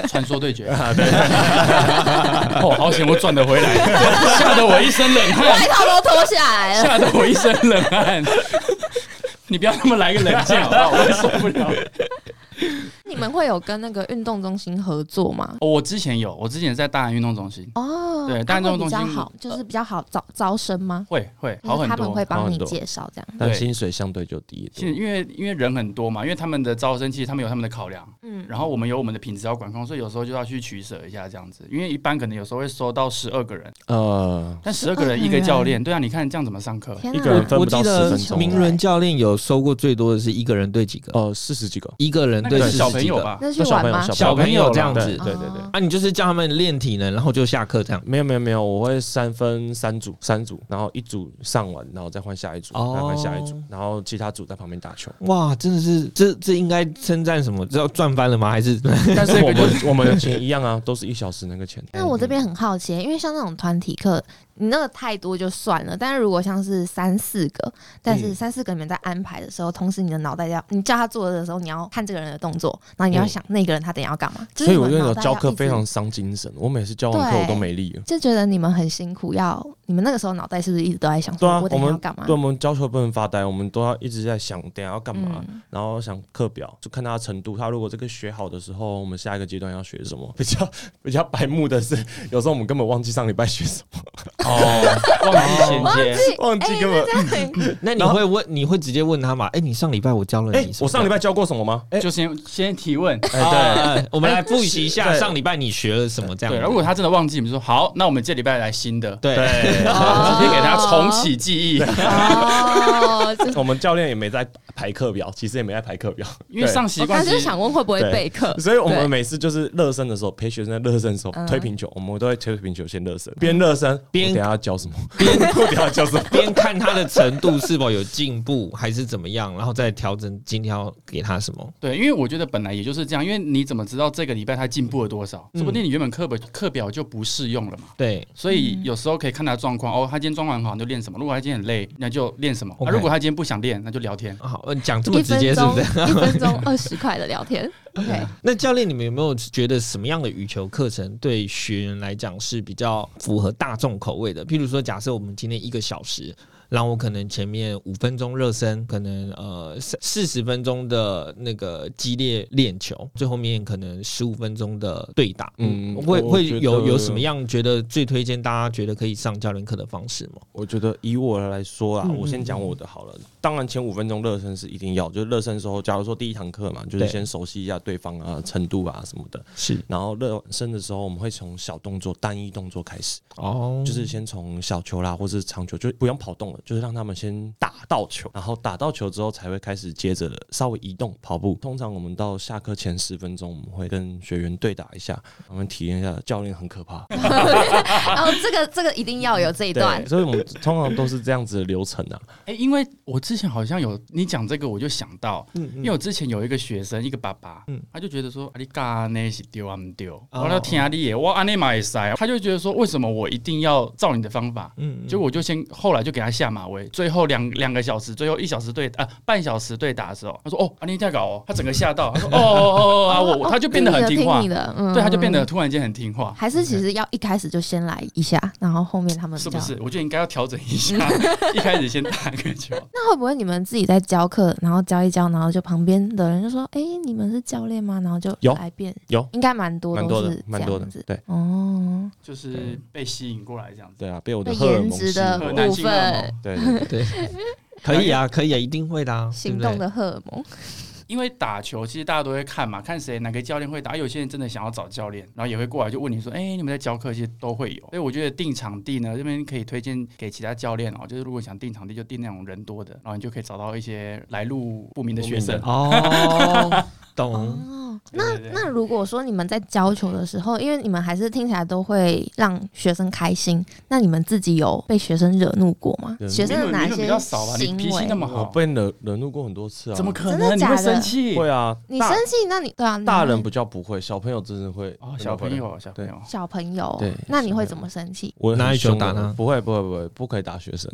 传说对决，
啊
对， 哦，好险我转得回来， 吓得我一身冷汗，
外套都脱下来了。
吓得我一身冷汗。 你不要那么来个冷 箭好不好？我也受不了。
你们会有跟那个运动中心合作吗？
哦，我之前有，我之前在大安运动中心，
哦，
对
他
但
会
运动
比
中
较
心
好，就是比较好招招生吗？
会嗯会好很
他们
多
会。
好
帮
很
你
多
介绍这样。
但
对
薪水相对就低一
现
点。
因为因为人很多嘛，因为他们的招生其实他们有他们的考量，
嗯，
然后我们有我们的品质要管控，所以有时候就要去取舍一下这样子。因为一般可能有时候会收到十二个人，
呃，
但十二个人一个教练，对啊，你看这样怎么上课？
天啊
一
哪
个人分
我
不
记
到十
得
分钟，
名人教练有收过最多的是一个人对几个，
呃四十几个，
一个人
那
对
个
四
是
十
小朋
几
友
个
吧，
那是
就小
玩
朋友
吗？哦
小朋友这样
对
子
对对对。
啊，你就是叫他们练体能，然后就下课这样。
没有没有没有，我会三分三组，三组，然后一组上完，然后再换下一组，
哦。
再换下一组，然后其他组在旁边打球
哇，真的是这这应该称赞什么？这要赚翻了吗？还是
但是我们我们的钱一样啊，都是一小时那个钱。
那我这边很好奇，因为像那种团体课，你那个太多就算了，但是如果像是三四个，但是
嗯
三四个你们在安排的时候，同时你的脑袋要你叫他做的时候，你要看这个人的动作，然后你要想那个人他等一下要干嘛。就
嗯所
是
以
你
我
们
跟你
脑袋
讲，教
要
课
一直
非常伤精神。我每次教完课
对
我都没力了。
就觉得你们很辛苦，要你们那个时候脑袋是不是一直都在想
对
说，
啊
哦我等一下
我
要
们
干嘛
对？我们教课不能发呆，我们都要一直在想等一下要干嘛，
嗯
然后想课表，就看他的程度。他如果这个学好的时候，我们下一个阶段要学什么。比 较比较白目的是，有时候我们根本忘记上礼拜学什 么，
哦，忘记衔接。
忘记根本
哎
嗯
这样 很
那你会问？你会直接问他嘛？哎，你上礼拜我教了
哎、
你什么，
我上礼拜教过什么吗？哎、
就先先提问，
哎、对。
啊，我们来复习一下
对
上礼拜你学了什么这样
对，
子。
如果他真的忘记，我们就说好，那我们这礼拜来新的，
对
对，
直接给他重启记忆，
哦， 就是
我们教练也没在排课表，其实也没在排课 表，
因为上
我
习
刚
惯
就是
其实
想问会不会
对
备课
对，，所以我们
对
每次就是热身的时候，陪学生在热身的时候
嗯
推平球，我们都会推平球先热身，边热身
边
我等一下要教什么，边我等一下要教什么。
边看他的程度是否有进步，还是怎么样，然后再调整今天要给他什么。
对，因为我觉得本来也就是这样，因为你怎么知道这个礼拜他进步了多少？
嗯
说不定你原本课本课表就不适用了嘛。
对，
所以有时候可以看他的状况哦，他今天状况很好，你就练什么；如果他今天很累，那就练什么；
OK
啊如果他今天不想练，那就聊天。
好，呃讲这么
一
直接
分
是不
钟
是？
一分钟二十块的聊天，OK。
那教练，你们有没有觉得什么样的羽球课程对学员来讲是比较符合大众口味的？譬如说，假设我们今天一个小时，然后我可能前面五分钟热身，可能呃四四十分钟的那个激烈练球，最后面可能十五分钟的对打，嗯
嗯，
会
我
会
觉得
有有什么样觉得最推荐大家觉得可以上教练课的方式吗？
我觉得以我来说啊，
嗯
我先讲我的好了。当然前五分钟热身是一定要，就是热身的时候，假如说第一堂课嘛，就是
对
先熟悉一下对方啊、程度啊什么的。
是
然后热身的时候，我们会从小动作、单一动作开始，
哦，
就是先从小球啦，或是长球，就不用跑动了，就是让他们先打到
嗯
球，然后打到球之后才会开始接着稍微移动跑步。通常我们到下课前十分钟，我们会跟学员对打一下，我们体验一下教练很可怕，
然后哦这个这个一定要有这一段
对，，所以我们通常都是这样子的流程啊。
哎、因为我之前好像有你讲这个，我就想到，
嗯
因为我之前有一个学生，一个爸爸，
嗯
他就觉得说，啊，你干那是丢啊不丢，
哦
我要听啊你也，啊我安内嘛也塞，他就觉得说，为什么我一定要照你的方法？
嗯
结果我就先后来就给他下下马威。最后两两个小时，最后一小时对啊半小时对打的时候，他说哦，啊你一定要搞哦，他整个吓到，他说哦哦哦哦啊我我他就变得很
听
听话
你，的，嗯
对，他就变得突然间很听话。
还是其实要一开始就先来一下，然后后面他们
是
比
不
较
是？我觉得应该要调整一 下，一开始先打个球。
那会不会你们自己在教课，然后教一教，然后就旁边的人就说：“哎、你们是教练吗？”然后就
有
来变，
有
应该蛮多
蛮
都
多
是
的，
这
蛮多的
样子，。
对
哦，
就是被吸引过来这样子。
对啊，被我的
对
荷尔
颜
蒙
值
吸
的
引
荷尔
了
蒙
部
吸引了
分，
对对对，
对，可以啊，可以啊，一定会的啊，对
行
不
动
对
的荷尔蒙，
因为打球其实大家都会看嘛，看谁哪个教练会打。有些人真的想要找教练，然后也会过来就问你说：“哎、你们在教课？”其实都会有。所以我觉得定场地呢，这边可以推荐给其他教练哦。就是如果想定场地，就定那种人多的，然后你就可以找到一些来路不明的学生。
哦，懂。
哦，
对
那
对对
那如果说你们在教球的时候，因为你们还是听起来都会让学生开心，那你们自己有被学生惹怒过吗？
惹怒
学生的
你们
哪
你们
些
比较少吧？你
行
脾气
为
那？么
我
好，
被惹惹怒过很多次啊，
怎么可
真的
能？你
假
会
的
生气？
会啊？
你
大
生气，那你对啊，你
大
会
人不叫不会，小朋友真的会
哦，小朋。友，小朋友，
小朋友，
对
那你
小朋
会
友
怎么生气？
我很
拿一球
凶
打
的
他
不会不会不会，不可以打学生。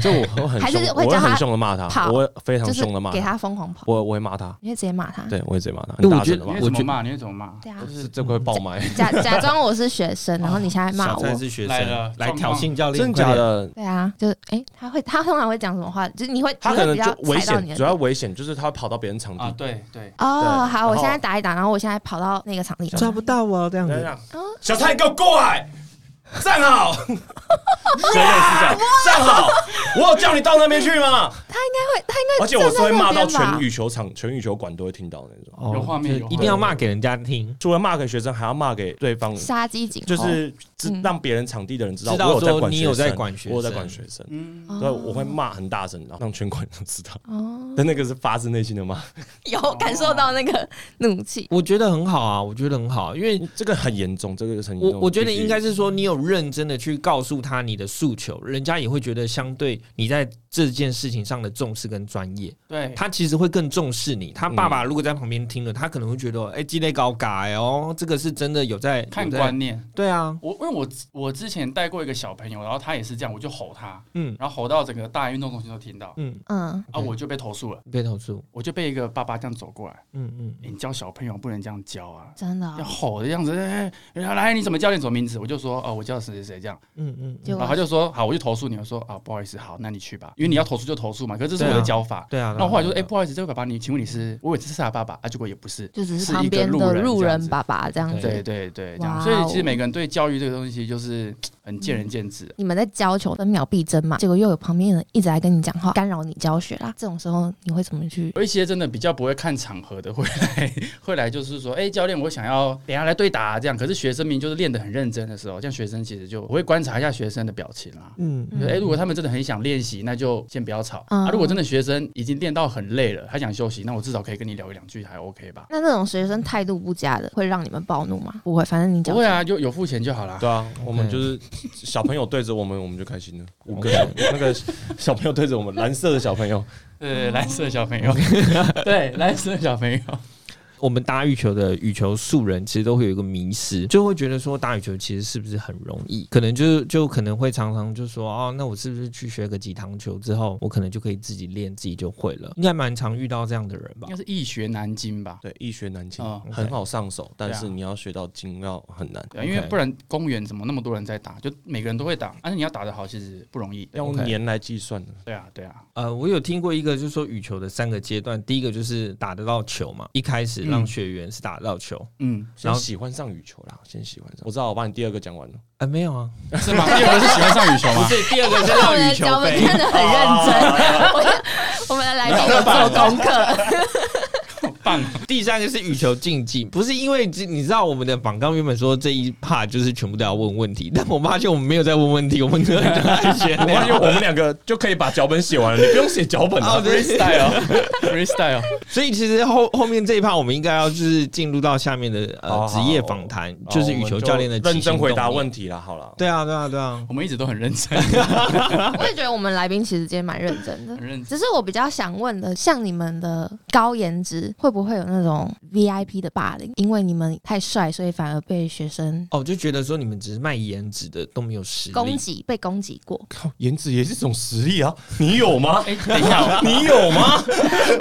就我我很
还是
凶，
会
我
叫
会
他
很凶的骂他，
跑
我会非常
就是
凶的骂
给，他疯狂跑，
我我会骂他，
你会直接骂他。
对我会直接骂他，
因为我
很大
觉
声
得
的
你
骂
会
我
他。
怎
觉
么骂？你会怎么骂？
对啊
就
这
是
这个会爆麦，
假假装我是学生，然后你现在骂
小
我
蔡，是学
来了
生，来
状
挑
况
衅教练，
真假
快点？
的？
对啊，就是哎、他会 他通常会讲什么话？就是你会
他
你
可
会
能
比较
就危
踩到你
险，
的
主要危险就是他跑到别人场
啊，
地，
对对，
哦，
对然
好，
后
我现在打一打，然后我现在跑到那个场地，
抓不到啊，这样
等一
子。
下
哦
小蔡，你给我过来，站 好，就类似这样，站好。我有叫你到那边去吗？
会他应该
而且我是会骂
站
到
在那
全
边吧
羽球场、全羽球馆都会听到的那种。
哦
有画面
就
有画
一定
面
要骂给人家听。
除了骂给学生，还要骂给对方，
杀鸡儆猴，
就是知
嗯
让别人场地的人知道
哦知道
我有在
说
管
你
学
有
生
在管学
我有在
生
管学生。
嗯，
哦
对，我会骂很大声，然后让全馆都知道。
哦，
但那个是发自内心的骂，
有感受到那个怒气，
我觉得很好啊，我觉得很好，因为
这个很严重，这个是很严
我
重。
我觉得应该是说你有认真的去告诉他你的诉求，人家也会觉得相对你在这件事情上的重视跟专业，
对，嗯
他其实会更重视你。他爸爸如果在旁边听了，他可能会觉得，哎，鸡肋高改哦，这个是真的有在
看
有在
观念。
对啊，
我因为我我之前带过一个小朋友，然后他也是这样，我就吼他，
嗯
然后吼到整个大运动中心都听到，
嗯，
嗯，
啊，
对
我就被投诉了，
被投诉，
我就被一个爸爸这样走过来，
嗯嗯
欸你教小朋友不能这样教啊，
真的哦、
要吼的样子，哎、欸，来你怎么教练什么名字？我就说哦，我叫谁谁谁这样，
嗯嗯
结
嗯，
然后
果
他就说好，我就投诉你，我说啊不好意思，好，那你去吧，因为你要投诉就投诉嘛，可是这是我
对
的
啊
教法。
对啊。
那我后来就说，
对
哎、
啊
不好意思，这位爸爸，你请问你是，我以为这是他爸爸啊，结果也不是，
就只
是
是
一
旁
个
边
路
的
人
路
这样
人
子
爸爸这样子。
对对对，这样，
哇
所以其
哦嗯
实每个人对教育这个东西就是很见仁见智。啊
你们在教球分秒必争嘛，结果又有旁边人一直来跟你讲话，干扰你教学啦。这种时候你会怎么去？
有一些真的比较不会看场合的，会来 会来就是说，哎、教练，我想要等一下来对打、这样。可是学生明明就是练得很认真的时候，像学生其实就我会观察一下学生的表情啦。
嗯
哎、如果他们真的很想练习，那就先不要吵、
嗯
啊。如果真的学生已经练到很累了，他想休息，那我至少可以跟你聊一两句，还 OK 吧？
那那种学生态度不佳的，会让你们暴怒吗？不会，反正你
不
讲
会啊，就有付钱就好啦。
对啊，我们就是小朋友对着我们，我们就开心了。五个小那个小朋友对着我们，蓝色的小朋友，
对，蓝色小朋友，对，蓝色小朋友，
我们打羽球的羽球素人其实都会有一个迷失，就会觉得说打羽球其实是不是很容易？可能就就可能会常常就说哦，那我是不是去学个几堂球之后，我可能就可以自己练，自己就会了？应该蛮常遇到这样的人吧
应该？是易学难精吧？
对，易学难精
哦，
很好上手，但是
对啊
你要学到精要很难，
对，因为
OK
不然公园怎么那么多人在打？就每个人都会打，但是你要打得好其实不容易。
要用
OK
年来计算的。
对啊，对啊。
呃，我有听过一个，就是说羽球的三个阶段，第一个就是打得到球嘛，一开始让
嗯
学员是打得到球，
嗯，
先
然后
喜欢上羽球啦，先喜欢上。我知道，我把你第二个讲完了。
呃，没有啊，
是吗？ 第二个是喜欢上羽球吗？
对，第二个是
我
让
们
羽
的
球
教我们
被
看的很认真，我们的来宾有做功课，
棒！
第三个是羽球竞技，不是因为这你知道我们的榜纲原本说这一 part 就是全部都要问问题，但我发现我们没有在问问题，我们都在学
我 发现我们两个就可以把脚本写完了，你不用写脚本啊
哦
了。
对
freestyle，freestyle，
所以其实后后面这一 part 我们应该要就是进入到下面的
好
呃职
好
业
好
访谈，
哦
就是羽球教练的
我们就认
起心
真回答
动念
问题啦。好了，
对啊，对啊，对啊。
我们一直都很认真，
我也觉得我们来宾其实今天蛮认真的
很。认
只
真。
是我比较想问的，像你们的高颜值，会不不会有那种 VIP 的霸凌？因为你们太帅，所以反而被学生
哦，就觉得说你们只是卖颜值的，都没有实
攻
力。
击，被攻击过。
靠，颜值也是一种实力啊！你有 吗？
哎、等一下，
你有吗？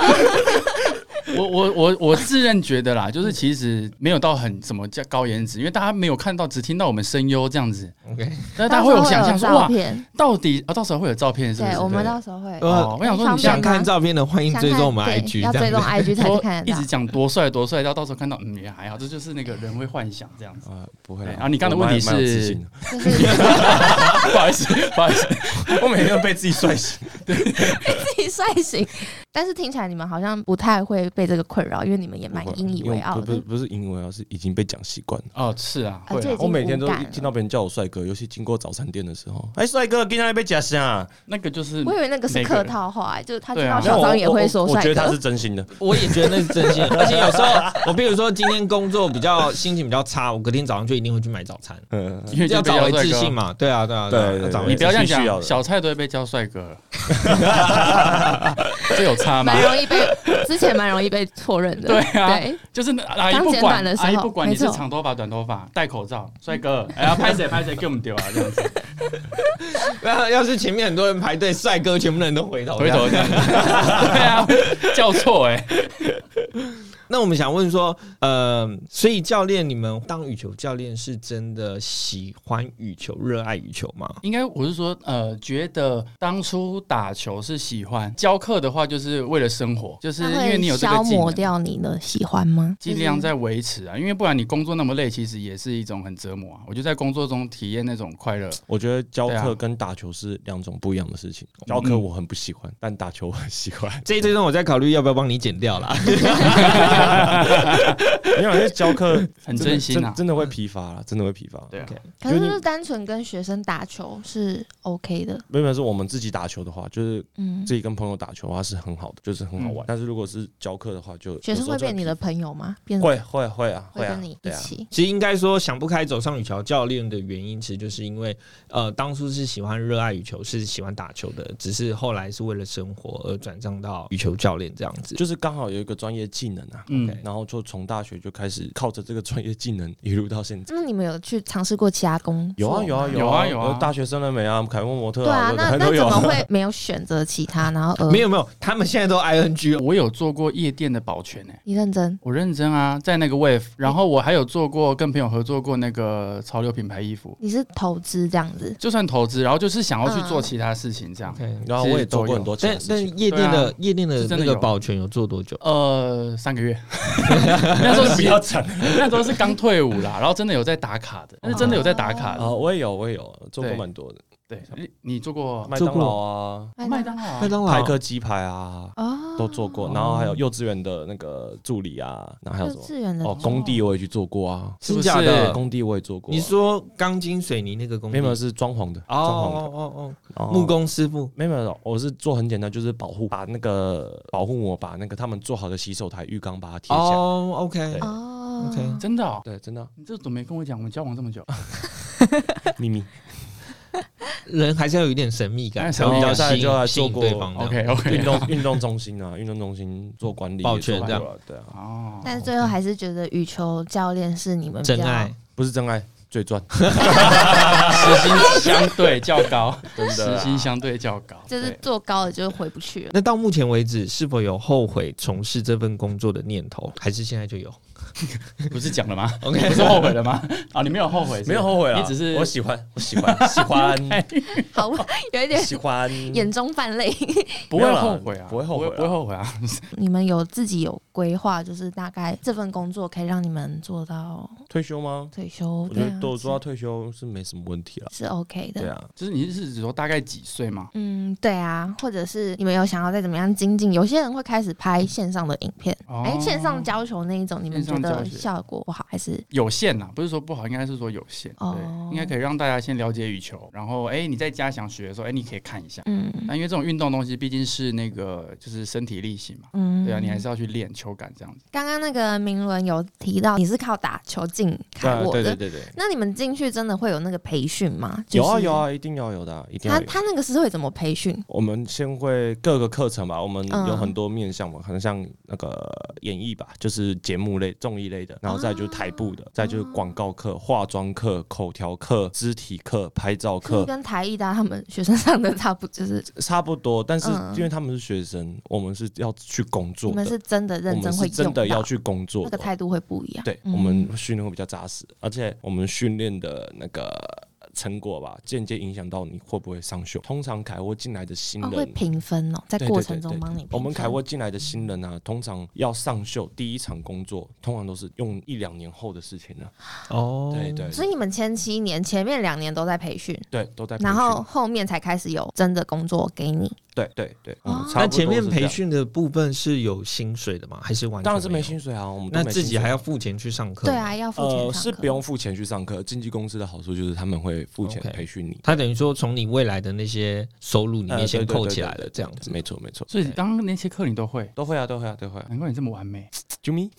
我我我我自认觉得啦，就是其实没有到很什么叫高颜值，因为大家没有看到，只听到我们声优这样子，
OK，
但是大家会有
到时
想
候
象说
照
哇，
片，
到底啊，到时候会有照片是不是？
对，我们
对
到时候会
呃
哦，我想说 你
想
方便吗
想
看照片的，欢迎
想
追踪
看
我们
对
IG
要
这
追踪
样。
IG 才
说
看
一
得到
直。讲多帅多帅，到到时候看到嗯也还好，这就是那个人会幻想这样子。
啊，不会
啦
啊！
我蛮有自信的
就是
不好意思，不好意思，
我每天都被自己帅醒。
自己帅醒。但是听起来你们好像不太会被这个困扰，因为你们也蛮引以为傲
不不
的。
不是引以为傲，是已经被讲习惯了。
哦，是啊，
啊
会
这已
啊
经
我每天都
无感了
听到别人叫我帅哥，尤其经过早餐店的时候，哎，帅哥，今天被夹啊虾。
那个就是
我以为那个是
每个
客
人
套话、就是他知
对啊
道
没有
小张也会说
我
帅
觉得他
哥
是。真 心的。
我也觉得那是真心的，而且有时候我比如说今天工作比较心情比较差，我隔天早上就一定会去买早餐，
嗯，
因为 就
要
被
找回
叫帅
自
哥
信。嘛。对啊，对啊，
对
啊，
对
要找
对
回
你
自
不要这样
必须要
讲，
的
小蔡都会被叫帅哥了， 这有差吗
蛮？容易被之前蛮容易被错认的，
对啊
对
就是那阿姨
刚
不
剪
管
短的，时候
阿姨不管你是
没错嗯
长头发、短头发、戴口罩，帅哥，哎呀，拍谁拍谁，给我们丢啊，这样子，
要要是前面很多人排队，帅哥全部人都回头，
回头这样子，对啊，叫错哎，
那我们想问说，呃，所以教练，你们当羽球教练是真的喜欢羽球、热爱羽球吗？
应该我是说，呃，觉得当初打球是喜欢，教课的话就是为了生活，就是
那
因为你有
会
这个
消
技
磨
能。
掉嗯你的喜欢吗？
尽量在维持啊，因为不然你工作那么累，其实也是一种很折磨啊。我就在工作中体验那种快乐，
我觉得教
对
课
啊嗯
跟打球是两种不一样的事情。教课我很不喜欢，但打球我很喜 欢。
这一阶段我在考虑要不要帮你剪掉啦。
没有，因为教课
很真心啊
真。真的会疲乏啦，真的会疲乏。
对啊，
嗯可是就是单纯跟学生打球是 OK 的，
没有，没有，是我们自己打球的话，就是
嗯
自。己跟朋友打球的话是很
嗯
好的，就是很好玩。但是如果是教课的话，就
学生会变你的
有
朋友吗？变
时候就会会会会啊，
会
啊
跟你一
对啊。
起？
其实应该说想不开走上羽球教练的原因，其实就是因为呃，当初是喜欢热爱羽球，是喜欢打球的，只是后来是为了生活而转账到羽球教练这样子。
就是刚好有一个专业技能啊，
嗯
OK
然后就从大学就开始靠着这个专业技能一路到现在。
那你们有去尝试过其他工
有
作
啊
吗
有啊
有
啊
啊有啊
大学生了没啊？凯文模特
对啊，那
很
那
多
怎
有
么
啊。
会没有选择其他？然后呃，
没有没有，他们现在都 ING 哦。
我有做过夜店的保全呢、欸
你认真
我认真啊，在那个 Wave，然后我还有做过跟朋友合作过那个潮流品牌衣服，
你是投资这样子，
就算投资，然后就是想要去做
嗯
其他事情这样。
OK，
然后我也做过很多其他
但
事
但
情，
夜店的、
对啊
夜店的
是真
那
的
个
有
保全有哦做多久？
呃，三个月， 那时候是
讲
那时候是刚退伍啦，然后真的有在打卡
哦
的，但是真的有在打卡的。
啊！我也有，我也有做过
对
蛮多的，
对，你你做过
麦
做
当
过
劳啊，
麦当劳
麦
啊？
当劳
派克鸡排啊，
哦，
都做过。然后还有幼稚园的那个助理啊，然后还有
幼
什么？
稚园的
哦，工地我也去做过啊，
是不
真假的
是
嗯
工地我也做过啊。
你说钢筋水泥那个工
没
地
有没有是装潢的，
哦
装
哦哦
潢
哦，
的
木。工师傅。
没有没有，我是做很简单，就是保护，把那个保护膜，把那个他们做好的洗手台浴缸把它贴起来。
哦，OK，
对
哦
OK
真的哦？
对，真的啊
你这怎么没跟我讲？我们交往这么久，
秘 密。
人还是要有一点神秘感，
哎
才会比较
神
吸
秘感再来就
引
要
吸引
做
对
过
方的。
OK
运
OK，
动运动中心啊，运动中心做管理
抱
也做
歉
过
这样
了，对啊，
哦，
但是最后还是觉得羽球教练是你们比较
真爱，
不是真爱，最赚，
时薪相对较高，
真
时
的啊。
薪相对较高，
就是
对
做高了就回不去了。
那到目前为止，是否有后悔从事这份工作的念头？还是现在就有
不是讲了吗？
？OK，
不是后悔了吗？啊，你没有后悔，
没有后悔
了，
了，
你只是哎
我喜欢，我喜欢， 喜欢，
好，有一点
喜欢。
眼中泛泪。
不会后悔啊，
不会后悔啊
不会后悔啊。
你们有自己有规划，就是大概这份工作可以让你们做到
退休吗？
退休，
我觉
对
得
啊
都做到退休是没什么问题了。
是 OK 的
对。啊，
就是你是指说大概几岁吗？
嗯，对啊，或者是你们有想要再怎么样精进？有些人会开始拍线上的影片，
哦
哎、线上教球那一种，你们觉
样教
的
学
效果不好，还是
有限呐、不是说不好，应该是说有限。对，
哦
应该可以让大家先了解羽球，然后哎、你在家想学的时候，哎、你可以看一下。
嗯
哎
那因为这种运动东西毕竟是那个就是身体力行嘛，
嗯，
对啊，你还是要去练球感这样子。
刚刚那个明伦有提到你是靠打球进卡沃
对对
的，
对对，
那你们进去真的会有那个培训吗？就
有啊
是
有，啊，一定要有的啊，一定要
他
有。
他那个是会怎么培训？
我们先会各个课程吧，我们
嗯
有很多面向嘛，可能像那个演艺吧，就是节目类、综艺类的，然后再就是台步
哦
的，再就是广告课、化妆课、口条课、肢体课、拍照
是不是
课，
跟台艺大他们学生上的差不就是
差不多。但是
嗯
因为他们是学生，我们是要去工作
你们
的，
是真的
我
认
们
真
是
会
真
用
的要
到，
去工作
那个
的。
态度会不一样。
对，
嗯
我们训练会比较扎实，而且我们训练的那个成果吧，间接影响到你会不会上秀。通常凯沃进来的新
哦
人，
会评分哦，在
对
过
对
程
对
中
对
帮你评分。
我们凯沃进来的新人啊，通常要上秀第一场工作，通常都是用一两年后的事情了、
哦
对对
所以你们前七年前面两年都在培训，
对，都在培训。
然后后面才开始有真的工作给你。
对对对，
哦
嗯，差
那
不多
前面
是这
培
样，
训的部分是有薪水的吗？还是完全
当然是没
有
薪？水啊，我们都
那
没
自
薪
己
水
还要付钱去上课？
对。啊，要付钱
呃
上
是
课
不用付钱去上课，经纪公司的好处就是他们会付钱
哦
OK
培训你。
他等于说从你未来的那些收入里
呃
面先
对对
扣
对
起
对
来
对
了，
对
这样子。
没错没错，
所以刚刚那些课你都会，
都会啊都会啊都会啊。
难怪你这么完美。
啾咪，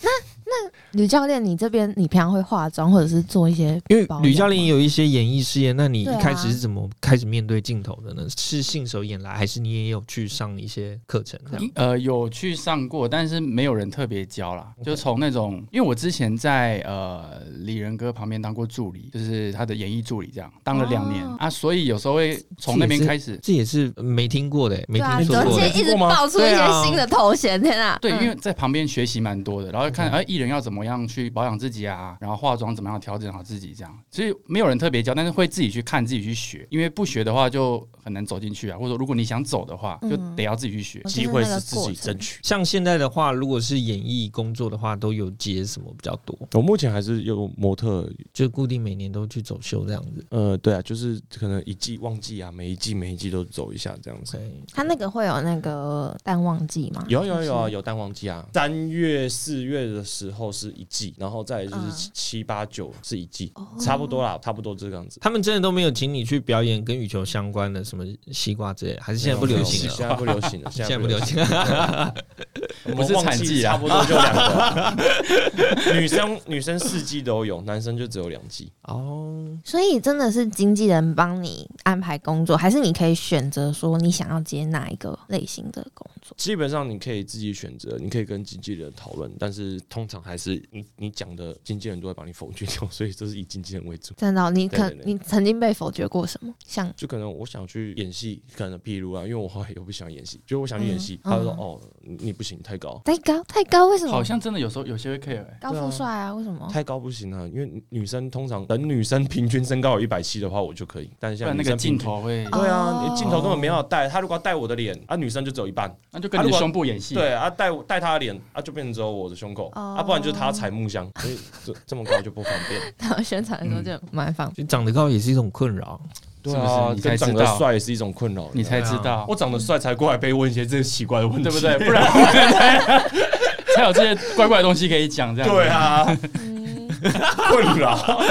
吕教练，你这边你平常会化妆或者是做一些
因为
保养吗，
吕教练也有一些演艺事业，那你
对
一
啊
开始是怎么开始面对镜头的呢？是信手拈来，还是你也有去上一些课程？这样
嗯
一呃，有去上过，但是没有人特别教啦。就从那种，因为我之前在呃李仁哥旁边当过助理，就是他的演艺助理，这样当了两年、
哦
啊，所以有时候会从那边
这也是
开始。
这也是没听过的，没
对啊，
听说
而
过
且
的。
一直爆出一
对
些
啊
新的头衔，天啊！
对，
嗯
因为在旁边学习蛮多的，然后看
OK
哎艺人要怎么样去保养自己啊，然后化妆怎么样调整好自己这样。所以没有人特别教，但是会自己去看自己去学，因为不学的话就很难走进去啊。
嗯
或者说如果你想走的话，就
嗯
得要自己去学。
哦
机会是自己争取。
像现在的话，如果是演艺工作的话，都有接什么比较多？
我目前还是有模特
就固定每年都去走秀这样子。
呃，对啊，就是可能一季旺季啊，每一季每一季都走一下这样子。
OK，
他那个会有那个淡旺季吗？
有啊有啊有
就
啊
是
有淡旺季啊，三月四月的时候是一季，然后再来就是
嗯
七七八九是一季
哦，
差不多啦，差不多这个样子。
他们真的都没有请你去表演跟羽球相关的什么西瓜之类的，还是现在不流行
现
了？
在不流行了，
现
现
在
在
不
不
流
流行。
行，
我们
不是
旺
产季啊
差不多就两个，女生女生四季都有，男生就只有两季。
哦，
所以真的是经纪人帮你安排工作，还是你可以选择说你想要接哪一个类型的工作？
基本上你可以自己选择，你可以跟经纪人讨论，但是通常还是你你讲的经纪人都会把你否决掉，所以都是以经纪人为主。
真的哦、你可
对对对
你曾经被否决过什么？像
就可能我想去演戏，可能譬如啊，因为我后来又不喜欢演戏，就我想去演戏，
嗯
他就说、
嗯
哦，你你不行，太高，
太高太高，为什么？
好像真的有时候有些会 care，、欸、
哦
高富帅啊？为什 么？
太高不行啊，因为女生通常等女生平均身高有一百七的话，我就可以，但是
不
现
然
在
那
女
个
生
镜
平均。
头会，
哦
对啊，你镜头根本没有带，他如果要带我的脸，啊，女生就只有一半，
那就跟
啊
你
如
的
果
胸部演戏。
对啊，带我带他的脸，啊，就变成只有我的胸口，
哦
啊，不然就是他踩木箱，所以这这么高就不方 便。
然后宣传的时候
嗯
就蛮方便。
就长得高也是一种困扰。
对
对
啊
啊，
你才
跟
知
长得
道
帅也是一种困扰，
你才知道，
我长得帅才过来被问一些这些奇怪的问题，
对 不对？不然才 才有这些怪怪的东西可以讲，这样子
对。啊，困扰。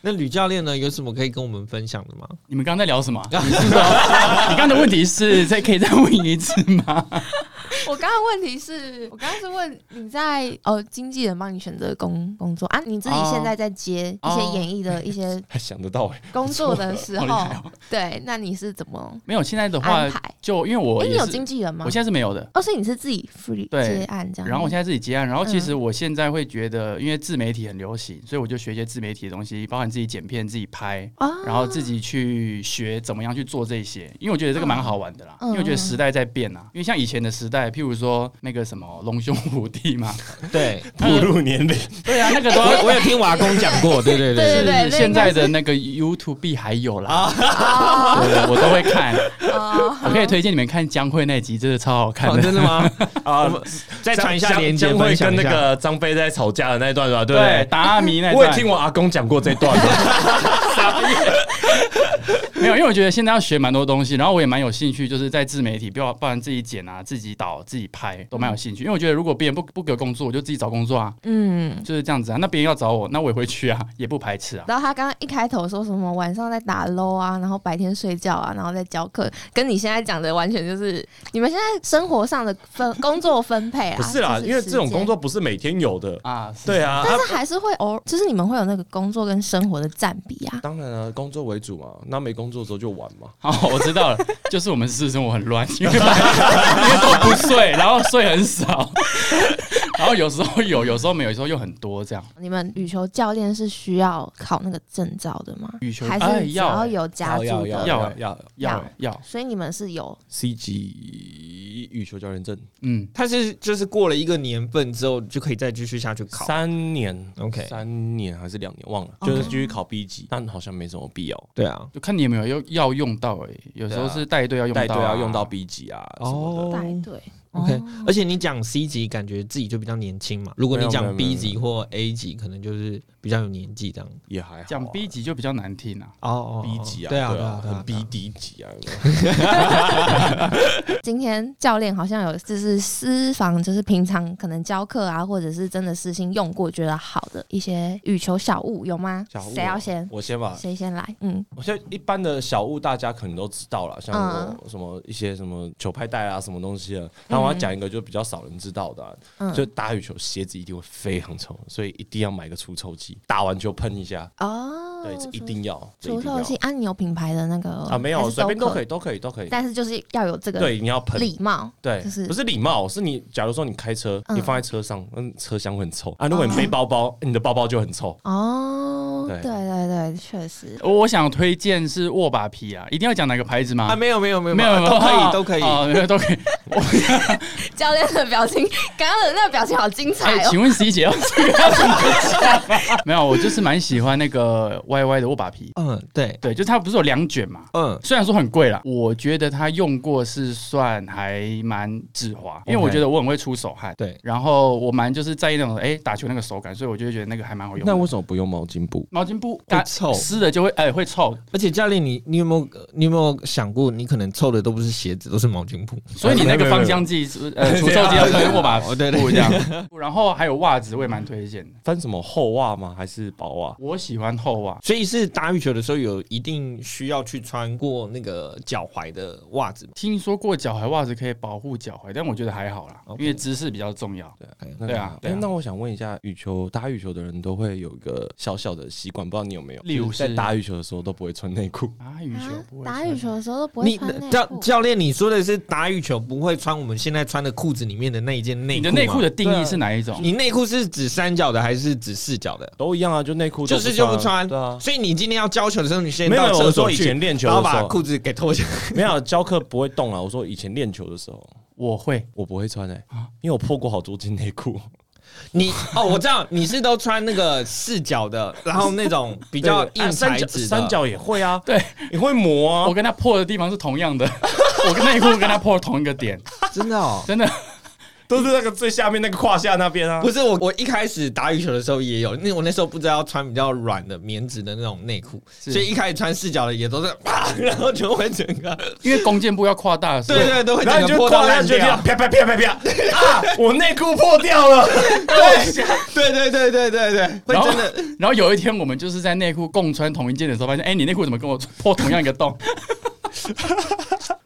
那吕教练呢，有什么可以跟我们分享的 吗？
你们刚刚在聊什么？你是说你刚刚的问 题是再可以再问一次吗？
我刚刚问题是我刚刚是问你在哦，经纪人帮你选择工工作啊，你自己
哦
现在在接一些
哦
演艺的一些
还想得到哎、
工作的时
好厉害
候，对，那你是怎么？
没有，现在的话
安排，
就因为我
哎，
也
你
是
有经纪人吗
我？现在是没有的。
哦，所以你是自己 free
对
接案这样？
然后我现在自己接案，然后其
嗯
实我现在会觉得，因为自媒体很流行，所以我就学一些自媒体的东西，包含自己剪片、自己拍，
啊，
然后自己去学怎么样去做这些，因为我觉得这个蛮好玩的啦。
嗯
因为我觉得时代在变啊，因为像以前的时代，譬如说那个什么龙兄虎 弟嘛，
对，
步入年龄，
对啊，那个都要
我我有听瓦工讲过，对对
对
对
对
是
那
现
应该
在
是
的那个 YouTube 还有啦，
啊
对，我都会看。
啊
我可以推荐你们看江蕙那集，真的超好看
哦
的。
真的 吗？
啊
我们再传一下链接，
会
分享
跟
一
那
下。
个张飞在吵架的那一段吧，对不
对，
对？
达阿迷那
我也
段
听我阿公讲过这段，
没有，因为我觉得现在要学蛮多东西，然后我也蛮有兴趣，就是在自媒体，不要不然自己剪啊、自己导、自己拍，都蛮有兴趣。因为我觉得如果别人不不给我工作，我就自己找工作啊，
嗯。
就是这样子啊。那别人要找我，那我也会去啊，也不排斥啊。
然后他刚刚一开头说什么晚上在打 l o 啊，然后白天睡觉啊，然后在教课，跟你现在讲的完全就是你们现在生活上的分工作分配啊。
不是啦，
就
因为这种
时间
工，作不是每天有的。
啊，是
对啊，
但
啊
是还是会偶，就是你们会有那个工作跟生活的占比啊。
当然了，工作为主嘛，那没工作的时候就玩嘛。
好，我知道了，就是我们私生活很乱，因为 因为都不睡，然后睡很少，然后有时候有，有时候没有，有时候又很多，这样。
你们羽球教练是需要考那个证照的吗？
羽球
还
哎
是只
要欸
有家族
要
的？
要
要
要
欸
要啊
要
要
要，
所以你们是有
C 级羽球教练证，
嗯，
他是就是过了一个年份之后，就可以再继续下去考。
三年
OK
三年还是两年忘了，
OK
就是继续考 B 级，但好像没什么必要。
对啊，
就看你有没有要要用到哎、有时候
对啊
是带队要用到、
带队要用到 B 级啊什么的。
带队。
哦 OK，
哦
而且你讲 C 级，感觉自己就比较年轻嘛。如果你
没有
讲
没有
B 级或 A 级，可能就是比较有年纪这样。
也还好啊。
讲 B 级就比较难听啊。
哦哦
B 级啊，
对啊，
对啊，
对啊
很，
对
B
啊
D 级啊，有没有
今天教练好像有就是私房，就是平常可能教课啊，或者是真的私心用过觉得好的一些羽球小物有吗
小物啊？
谁要先？
我先吧，
谁先来？嗯，
我现在一般的小物大家可能都知道了，像
嗯
我什么一些什么球拍带啊，什么东西啊。那我要讲一个就比较少人知道的啊、
嗯
就打羽球鞋子一定会非常臭，所以一定要买个除臭剂，打完球喷一下，
哦，
对，这一定要，这
除
一定
臭
要
器啊，你有品牌的那个
啊，没有，随便都可
以，
以，都可以，都可以。
但是就是要有这个
对，你要喷，
礼貌。
对
就，是
不是礼貌，是你假如说你开车，
嗯
你放在车上，嗯，车厢会很臭啊。如果你背包包，你的包包就很臭。
哦，
对
对对对，确实。
我我想推荐是握把皮啊，一定要讲哪个牌子吗？
啊，没有没有没有
没有，没有
都可
哦
以都可以。
哦，没有都可 以。哎
教练的表情，刚刚的那个表情好精彩
哎，
哦。
请问 C 姐要这个要怎么讲 啊？没有，我就是蛮喜欢那个 YY 的握把皮，
嗯，对，
对，就是它不是有两卷嘛。
嗯，
虽然说很贵啦，我觉得它用过是算还蛮止滑，因为
OK
我觉得我很会出手汗，
对。
然后我蛮就是在意那种哎、打球那个手感，所以我就会觉得那个还蛮好用 的。
那为什么不用毛巾布？
毛巾布
会臭
湿的就会哎、会臭，
而且教练，你你有没有你有没有想过，你可能臭的都不是鞋子，都是毛巾布。
所以你那个芳香剂是 呃除臭剂要喷握把
哦对对
布这样， 然后还有袜子我也蛮推荐的，
翻什么厚袜吗？还是薄袜？
我喜欢厚袜。
所以是打羽球的时候，有一定需要去穿过那个脚踝的袜子吗。
听说过脚踝袜子可以保护脚踝，但我觉得还好啦
OK
因为姿势比较重要。
那
对啊对
哎
啊，
那我想问一下，羽球打羽球的人都会有一个小小的习惯，不知道你有没有？
例如是
在打羽球的时候都不会穿内裤。
打羽球
啊
不会
打
穿
羽球的时候都不会
你
穿内
教
裤。
教练，你说的是打羽球不会穿我们现在穿的裤子里面的那一件内裤
你
吗
的内裤的，定
对啊
义是哪一种？
你内裤是指三角的还是指四角的？
都一样啊，就内裤都
就是就不穿
对啊，
所以你今天要教球的时候，你先
没有
到
我
厕
说
所
以
去
前，练球
然后
的时
把
候
裤子给脱下来。
没有教课不会动啊。我说以前练球的时候
我会，
我不会穿哎、因为我破过好多件内 裤，
你哦，我知道你是都穿那个四角的，然后那种比较
对对
硬
啊三
材
角
质的
三角也会 啊，
对，
也会磨啊
我。跟他破的地方是同样的， 我跟内裤跟他破同一个点，
真的哦。
真的。
都是那个最下面那个胯下那边 啊
不。是我，我一开始打羽球的时候也有，那我那时候不知道要穿比较软的棉质的那种内裤，
是
所以一开始穿四角的也都是 啪，然后就会整个，
因为弓箭步要扩大的时候，
对对，都会
然
整
后你
个
就
破
胯
到
下
烂
就这
掉
样。啪啪啪啪啪 啊！我内裤破掉了，
对对对对对对，会
然后
真的。
然后有一天我们就是在内裤共穿同一件的时候，发现哎、你内裤怎么跟我破同样一个洞？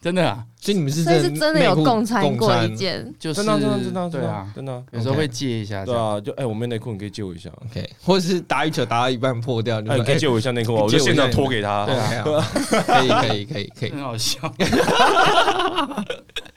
真的啊，
所以你们是
所以是真的有
内裤
共穿过
共
一件，
就是
真的真的真的
对啊，
真的。
有时候会借一下这
对
样。
啊，就哎、我没内裤，你可以借我一下。
OK，或者是打羽球打到一半破掉，你
哎、
说
你可以
哎
借我一下内裤啊，
哎
我就
借我一
现
下
场脱给他。
对啊， 可以可以可以可以
很，好笑，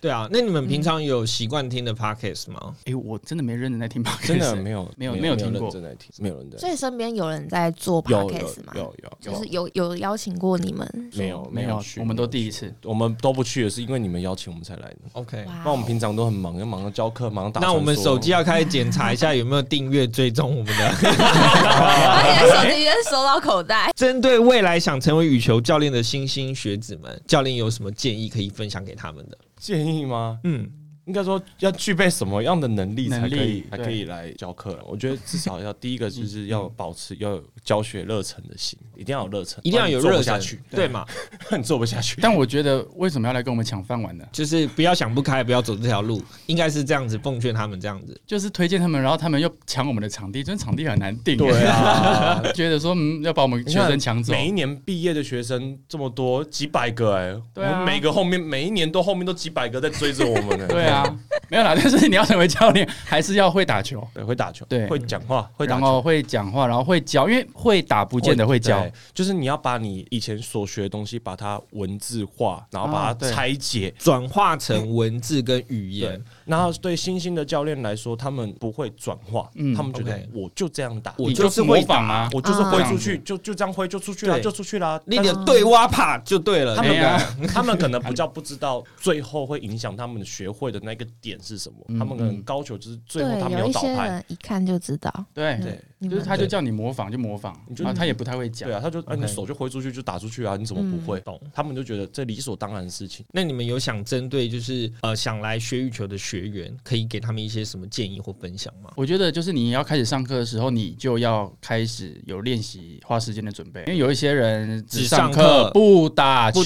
对啊。那你们平常有习惯听的 Podcast 吗？
哎、我真的没认真在听 p o d
真的没有
没有没有听过
认真在听，没有人在
所
听。
以身边有人在做
有有
podcast 吗？
有有
就是有有邀请过你们？
没有
没
有
有
去，，
我们都第一次。
我们都不去也是因为你们邀请我们才来的。
OK，
哇
那我们平常都很忙，要忙着教课，忙着打传
哦那
说。
我们手机要 开始检查一下有没有订阅追踪我们的。。
把你的手机先收到口袋
针对未来想成为羽球教练的新兴学子们，教练有什么建议可以分享给他们的？
建议吗？
嗯，
应该说要具备什么样的能力才可
能
以
力
才
对
可以来教课了？我觉得至少要第一个就是要保持要有教学热忱的心，一定要有热忱，
一定要有
不然
热
你做不下
忱
去，，
对嘛？
不 然你做不下去。
但我觉得为什么要来跟我们抢饭碗呢？
就是不要想不开，不要走这条路，应该是这样子奉劝他们这样子。
就是推荐他们，然后他们又抢我们的场地，真的场地很难定。
对啊，
觉得说嗯要把我们
你
学
看
生抢走，
每一年毕业的学生这么多，几百个哎、我
对啊
们每个后面每一年都后面都几百个在追着我们呢、哎
对啊，没有啦， 但是你要成为教练，还是要会打球，
对，会打球，
对
会讲话，会打
然
球。
后会讲话，然后会教，因为会打不见得会教
对，，就是你要把你以前所学的东西，把它文字化，然后把它
啊对
拆解，
转化成文字跟语言
对，，然后对新兴的教练来说，他们不会转化，
嗯
他们觉得
OK
我就这样打，
我
你
就
就是是
会
模仿啊，
我就是挥
啊
出去，就就这样挥就出去了，
对
就出去了。
你的对挖帕就对了。
他
对啊
们
哎呀
可他们可能不 叫不知道，最后会影响他们学会的那个点是什么？
嗯
他们可能高球就是 最后
对
他，没
有一
倒
些
拍，
人一看就知道，嗯
对
对
你
就是
们
他就
对
叫你模仿就模仿，
你就
然后他也不太会讲
对，啊，他就哎
OK
你手就挥出去就打出去啊，你怎么不会？
懂。
他们就觉得这理所当然的事情。
那你们有想针对就是呃想来学羽球的学员，可以给他们一些什么建议或分享吗？
我觉得就是你要开始上课的时候，你就要开始有练习，花时间的准备。因为有一些人
只
只
上
上
课
课不打球，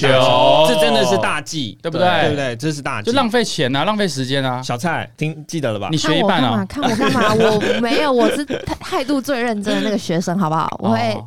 这真的是大忌，
对不
对？
对
不对？这是大忌，
就浪费钱啊，浪费时间啊。
小蔡听记得了吧？
你
看
学一
我
半
干
啊
嘛？，看我 干嘛？我没有，我是态态度最认真的那个学生，好不好？我会，
哦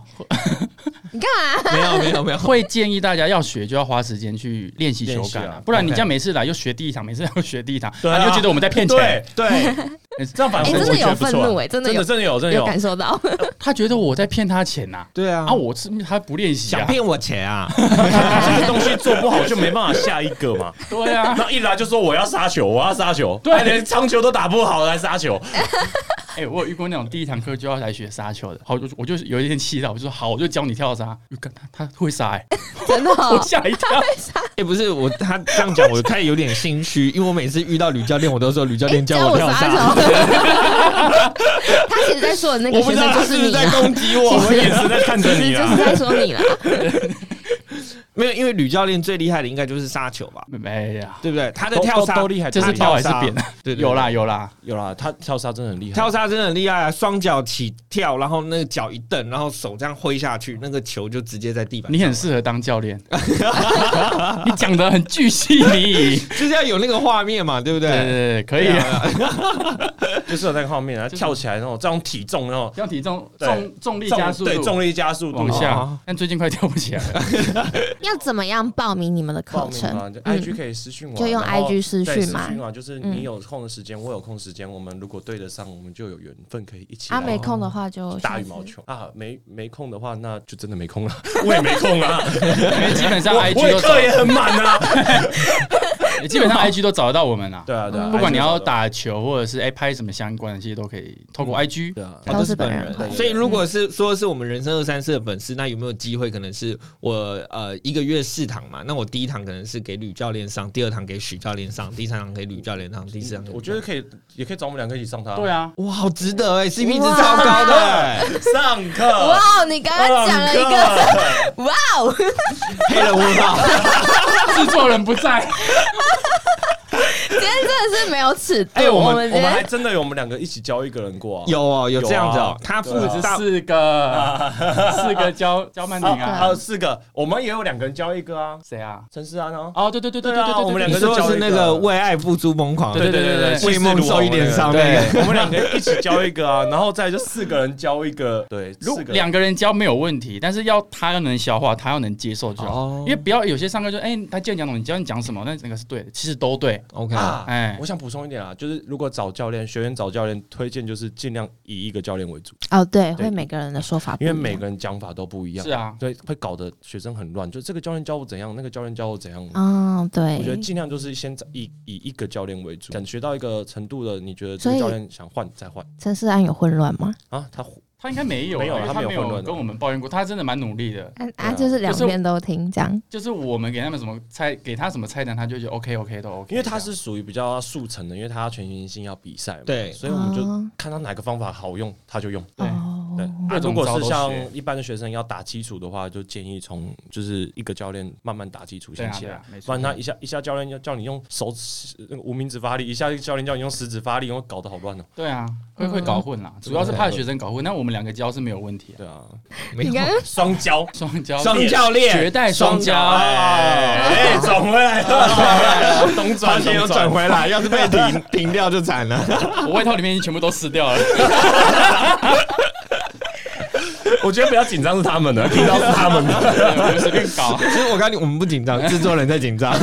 你干嘛？
没有没 有没有，
会建议大家要学就要花时间去练习球感、
练习啊
不然你
OK
这样每次来又学第一堂，每次来又学第一堂，
对啊
你就觉得我们在骗钱
对。对，这样反
哎、
而
真
我
的
觉
有
得不
愤
错啊
怒哎、真的
真的
有
真的有真的有
感受 到，
他觉得我在骗他钱呐、
对啊
啊，我是他不练习
想
啊，
骗我钱啊？
这个东西做不好就没办法下一个 嘛。
对啊，
那一来就说我要杀球，我要杀 球，
对
哎连长球都打不好来杀球，
哎、我有遇过那种第一堂课就要来学杀球的，好，我就我就有一天气到，我就说好，我就教你跳杀，我看他他会杀、哎，
真的、
我
哦。
吓一跳，
哎，不是我，他这样讲，我开始有点心虚，因为我每次遇到吕教练，我都说吕教练教
哎我
跳
杀
伞，
手，他其实在说的那
我
个
不知
学
道
生
他
就是是
不是
你
在
啦，
攻击我。
我也是在看着
其
你
实就
啊
是。在说你啦。
没有，因为吕教练最厉害的应该就是杀球吧，
没呀、
对不对？他的
都
跳杀
都都厉害
这
他
是
的
跳还是
杀
扁？
对，对
有。啦有啦，
有啦，他跳杀真的很厉害，
跳杀真的很厉害啊！双脚起跳，然后那个脚一蹬，然后手这样挥下去，那个球就直接在地板上。
你很适合当教练，你讲的很巨细靡遗，
就是要有那个画面嘛，对不对？
对对对，可以、啊。
就是有那个画面，然后跳起来那种这种体重那种
要体重
对
重重力加速
对
度
重力加速度
往
哦
下，但最近快跳不起来 了。
要怎么样报名你们的课
报名
程嗯
嘛，就？IG 可以私讯我啊，
就用
然后
IG 私
对
讯
私
嘛嗯
讯啊，就是你有空的时间，我有空时间，我们如果对得上，我们就有缘分可以一起
啊，
来
没空的话就
打
下
哦羽
次
毛球啊，没没空的话，那就真的没空了， 我也没空 啊，
因为基本上
我
IG
我也
都
课也
找，
很满 啊，
基本上 IG 都找得到我们啊。
对啊对啊，
不管你
IG
要
找得到
打球或者是哎拍什么相关的，其实都可以透过 IG。
对啊，
哦
都
都
是
是本
本
人
人
对。对
所以如果是说是我们人生二三四的粉丝，那有没有机会？可能是我呃一个月四堂嘛，那我第一堂可能是给吕教练上，第二堂给许教练上，第三堂给吕教练上，第四堂给
我觉得可以，也可以找我们两个一起上他，
对啊，
哇，好值得哎、c p 值超高的、 欸，
上课。
哇，你刚刚讲了一个
上课
哇哦，
黑人问号，
制作人不在，
今天真的是没有尺度。
哎、我们
们
我
今
们还
天
真的有我们两个一起教一个人过啊，
有哦，有
有啊
这样子哦，他负
对
责
啊
大
四个四个 教教曼宁
啊，还
啊，
有四个，我们也有两个人教一个啊，
谁啊？
陈思安哦，
哦，对对对对
对
对
啊
对对，
我们两
你
个
说的是那
就
个
教一个
为爱付诸疯狂，
对对对对对
为梦受一点伤
对
那个，
我们两个一起教一个啊，然后再就四个人教一个，对，
如
四个人
两个人教没有问题，但是要他要能消化，他要能接受就好。
哦
因为不要有些上课就哎，他既然讲懂，你教你讲什么，那整个是对的，其实都对。
OK，
啊，
哎
我，想补充一点啊，就是如果找教练，学员找教练推荐就是尽量以一个教练为主，
哦，对，
对
会每个人的说法不一
因为
样，
每个人讲法都不一样，
是啊，
对，会搞得学生很乱，就这个教练教我怎样，那个教练教我怎样，
哦，对，
我觉得尽量就是先找以以一个教练为主，等学到一个程度了，你觉得这
所
个
以
教练想换再换
陈世安有混乱吗？
啊？他
他应该没有啊，
没有
因为
他
他
没有
没
混
有
乱的
跟我们抱怨过，他真的蛮努力的。
啊
啊
啊，就是两
就是
边都听这样。
就是我们给他们什么菜，给他什么菜单，他就觉得 OK OK 都 OK，
因为他是属于比较速成的，因为他要全身心要比赛嘛，
对
所以我们就
哦
看他哪个方法好用他就用。
对
哦
对，那
各
如
种
果
招
是
都
像
学
一般的学生要打基础的话，就建议从就是一个教练慢慢打基础
对
先
啊
起
对
来
啊，没错
不然他一下一下教练要叫你用手指那个无名指发力，一下教练叫你用食指发力，我搞得好乱哦。
对啊，会会搞
嗯
混啦，主要是怕学生搞混。那我们两个教是没有问题啊，
对啊，
没
你刚刚
双教，
双教
双教练
绝代双骄
哎，转回来了，东转
现有
西
转回来，要是被停停掉就惨了。
我外套里面已经全部都撕掉 了。
我觉得比较紧张是他们的，听到是他们的。
对我们随便搞。
其实我告诉你，我们不紧张，制作人在紧张。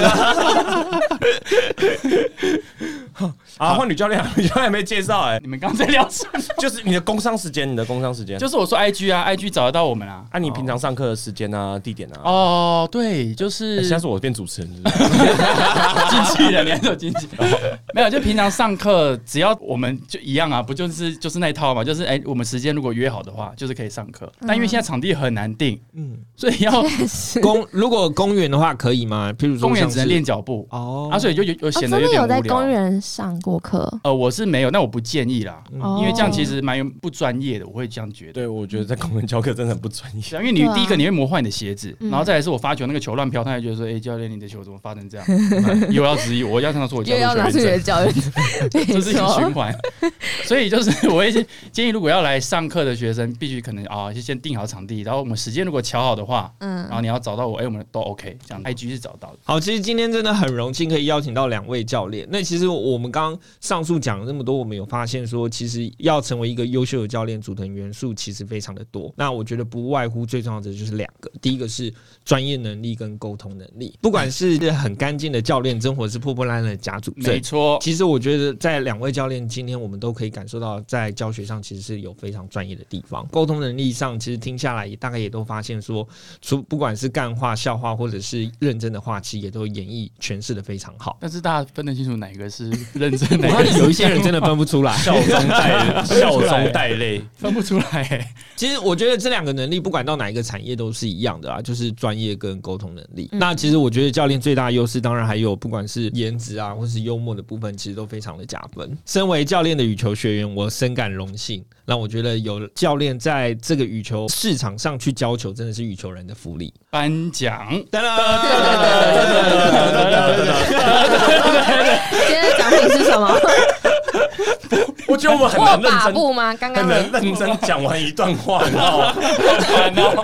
啊，换女教练，女教练还没介绍哎，
你们刚才聊 什么？
就是你的工伤时间，你的工伤时间，就
就是我说 IG 啊，IG 找得到我们啊。
啊，你平常上课的时间啊，地点啊。
哦，对，就
哎
是
现在是我变主持人是不是，
经纪人，你还说经纪人？啊 没有，就平常上课，只要我们就一样啊，不就是就是那一套嘛？就是哎、我们时间如果约好的话，就是可以上课。
嗯
但因为现在场地很难定，
嗯，
所以 要
是
公如果公园的话可以吗？譬如说
公园
像
只
是
能练脚步
哦，
啊，所以就有有
哦，真
显得有
的
点
有
无聊。
在公园上过课，
呃，我是没有，那我不建议啦，
哦
因为这样其实蛮有不专业的，我会这样觉得。
对我觉得在公园教课真的很不专业。
对啊因为你
对啊
第一个你会磨坏你的鞋子，
嗯
然后再来是我发球那个球乱飘，他也觉得说，哎、教练你的球怎么发成这样？ 又要质疑，我要上到说我教
又要
过
拿
球
去
员
学
证
教育，
这
没
是一个
错，
循环。 所以就是 我会建议，如果要来上课的学生，必须可能啊，就先定好场地，然后我们时间如果瞧好的话，然后
嗯，
你要找到我，哎、我们都 OK，这样 IG 是找到的。
好，其实今天真的很荣幸可以邀请到两位教练。那其实我们刚刚上述讲了那么多，我们有发现说，其实要成为一个优秀的教练，组成元素其实非常的多。那我觉得不外乎最重要的就是两个，第一个是专业能力跟沟通能力。不管是很干净的教练证，或者是破破烂烂的家主证
没，错，
其实我觉得，在两位教练今天，我们都可以感受到，在教学上其实是有非常专业的地方。沟通能力上，其实听下来也大概也都发现说，除不管是干话、笑话，或者是认真的话，其实也都演绎诠释的非常好。
但是大家分得清楚哪个是认真，
我
哪
发
个
现
是
有一些人真的分不 出来。
笑中带 笑中带泪，
分不出来、哎
其实我觉得这两个能力，不管到哪一个产业都是一样的啊，就是专业跟沟通能力。
嗯
那其实我觉得教练最大的优势，当然还有不管是颜值啊，或是幽默的部分，其实都非常的加分。身为教练的羽球学员，我深感荣幸。那我觉得有教练在这个羽球市场上去教球，真的是羽球人的福利。
颁奖。
当然，
今天的奖品是什么？
我觉得我们很
握
难认
把
真，
布吗？刚刚
很
的
难认真讲完一段话，你知道吗？
好烦哦、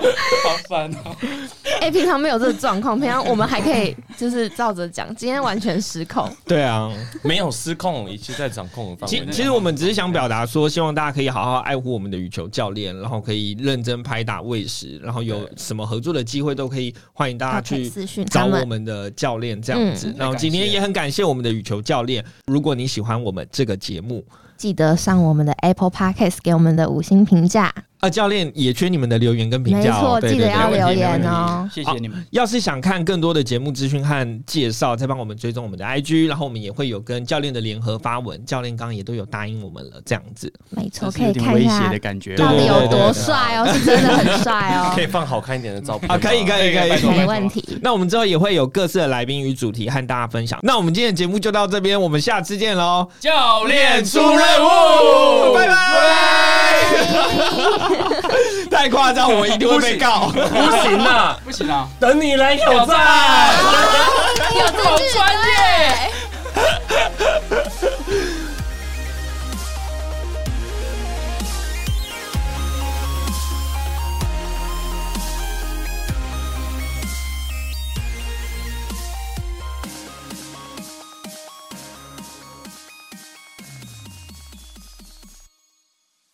好烦哦、
哎，平常没有这个状况，平常我们还可以就是照着讲，今天完全失控。
对啊。
没有失控，一切在掌控的范
其
围内。
其实我们只是想表达说，希望大家可以好好爱护我们的羽球教练，然后可以认真拍打喂食，然后有什么合作的机会都可以欢迎大家
他可以
去
私讯
找
他
我
们，
们的教练这样子
嗯。
然后今天也很感谢我们的羽球教练。如果你喜欢我们这个节目，
记得上我们的 Apple Podcast 给我们的五星评价，
啊，教练也缺你们的留言跟评
没
价哦。
错，
对
记
对
得
对。
要留言
没
哦
问。题谢谢你们。
要是想看更多的节目资讯和介绍，再帮我们追踪我们的 IG，然后我们也会有跟教练的联合发文，教练刚刚也都有答应我们了，这样 子。
没错，
这是
可以
有点
看一
威胁
下
的感觉，
对
到底有
对
多
对
帅哦，是真的很帅 哦
可，以放好看一点的照片
啊，可以，可以，可以。
拜托
没问题。
那我们之后也会有各式的来宾与主题和大家分享。那我们今天的节目就到这边，我们下次见喽，
教练出任务，
拜拜。 太夸张，我一定会被告。
不行啊，
不行啊！
等你来挑战。
哎有这句专业。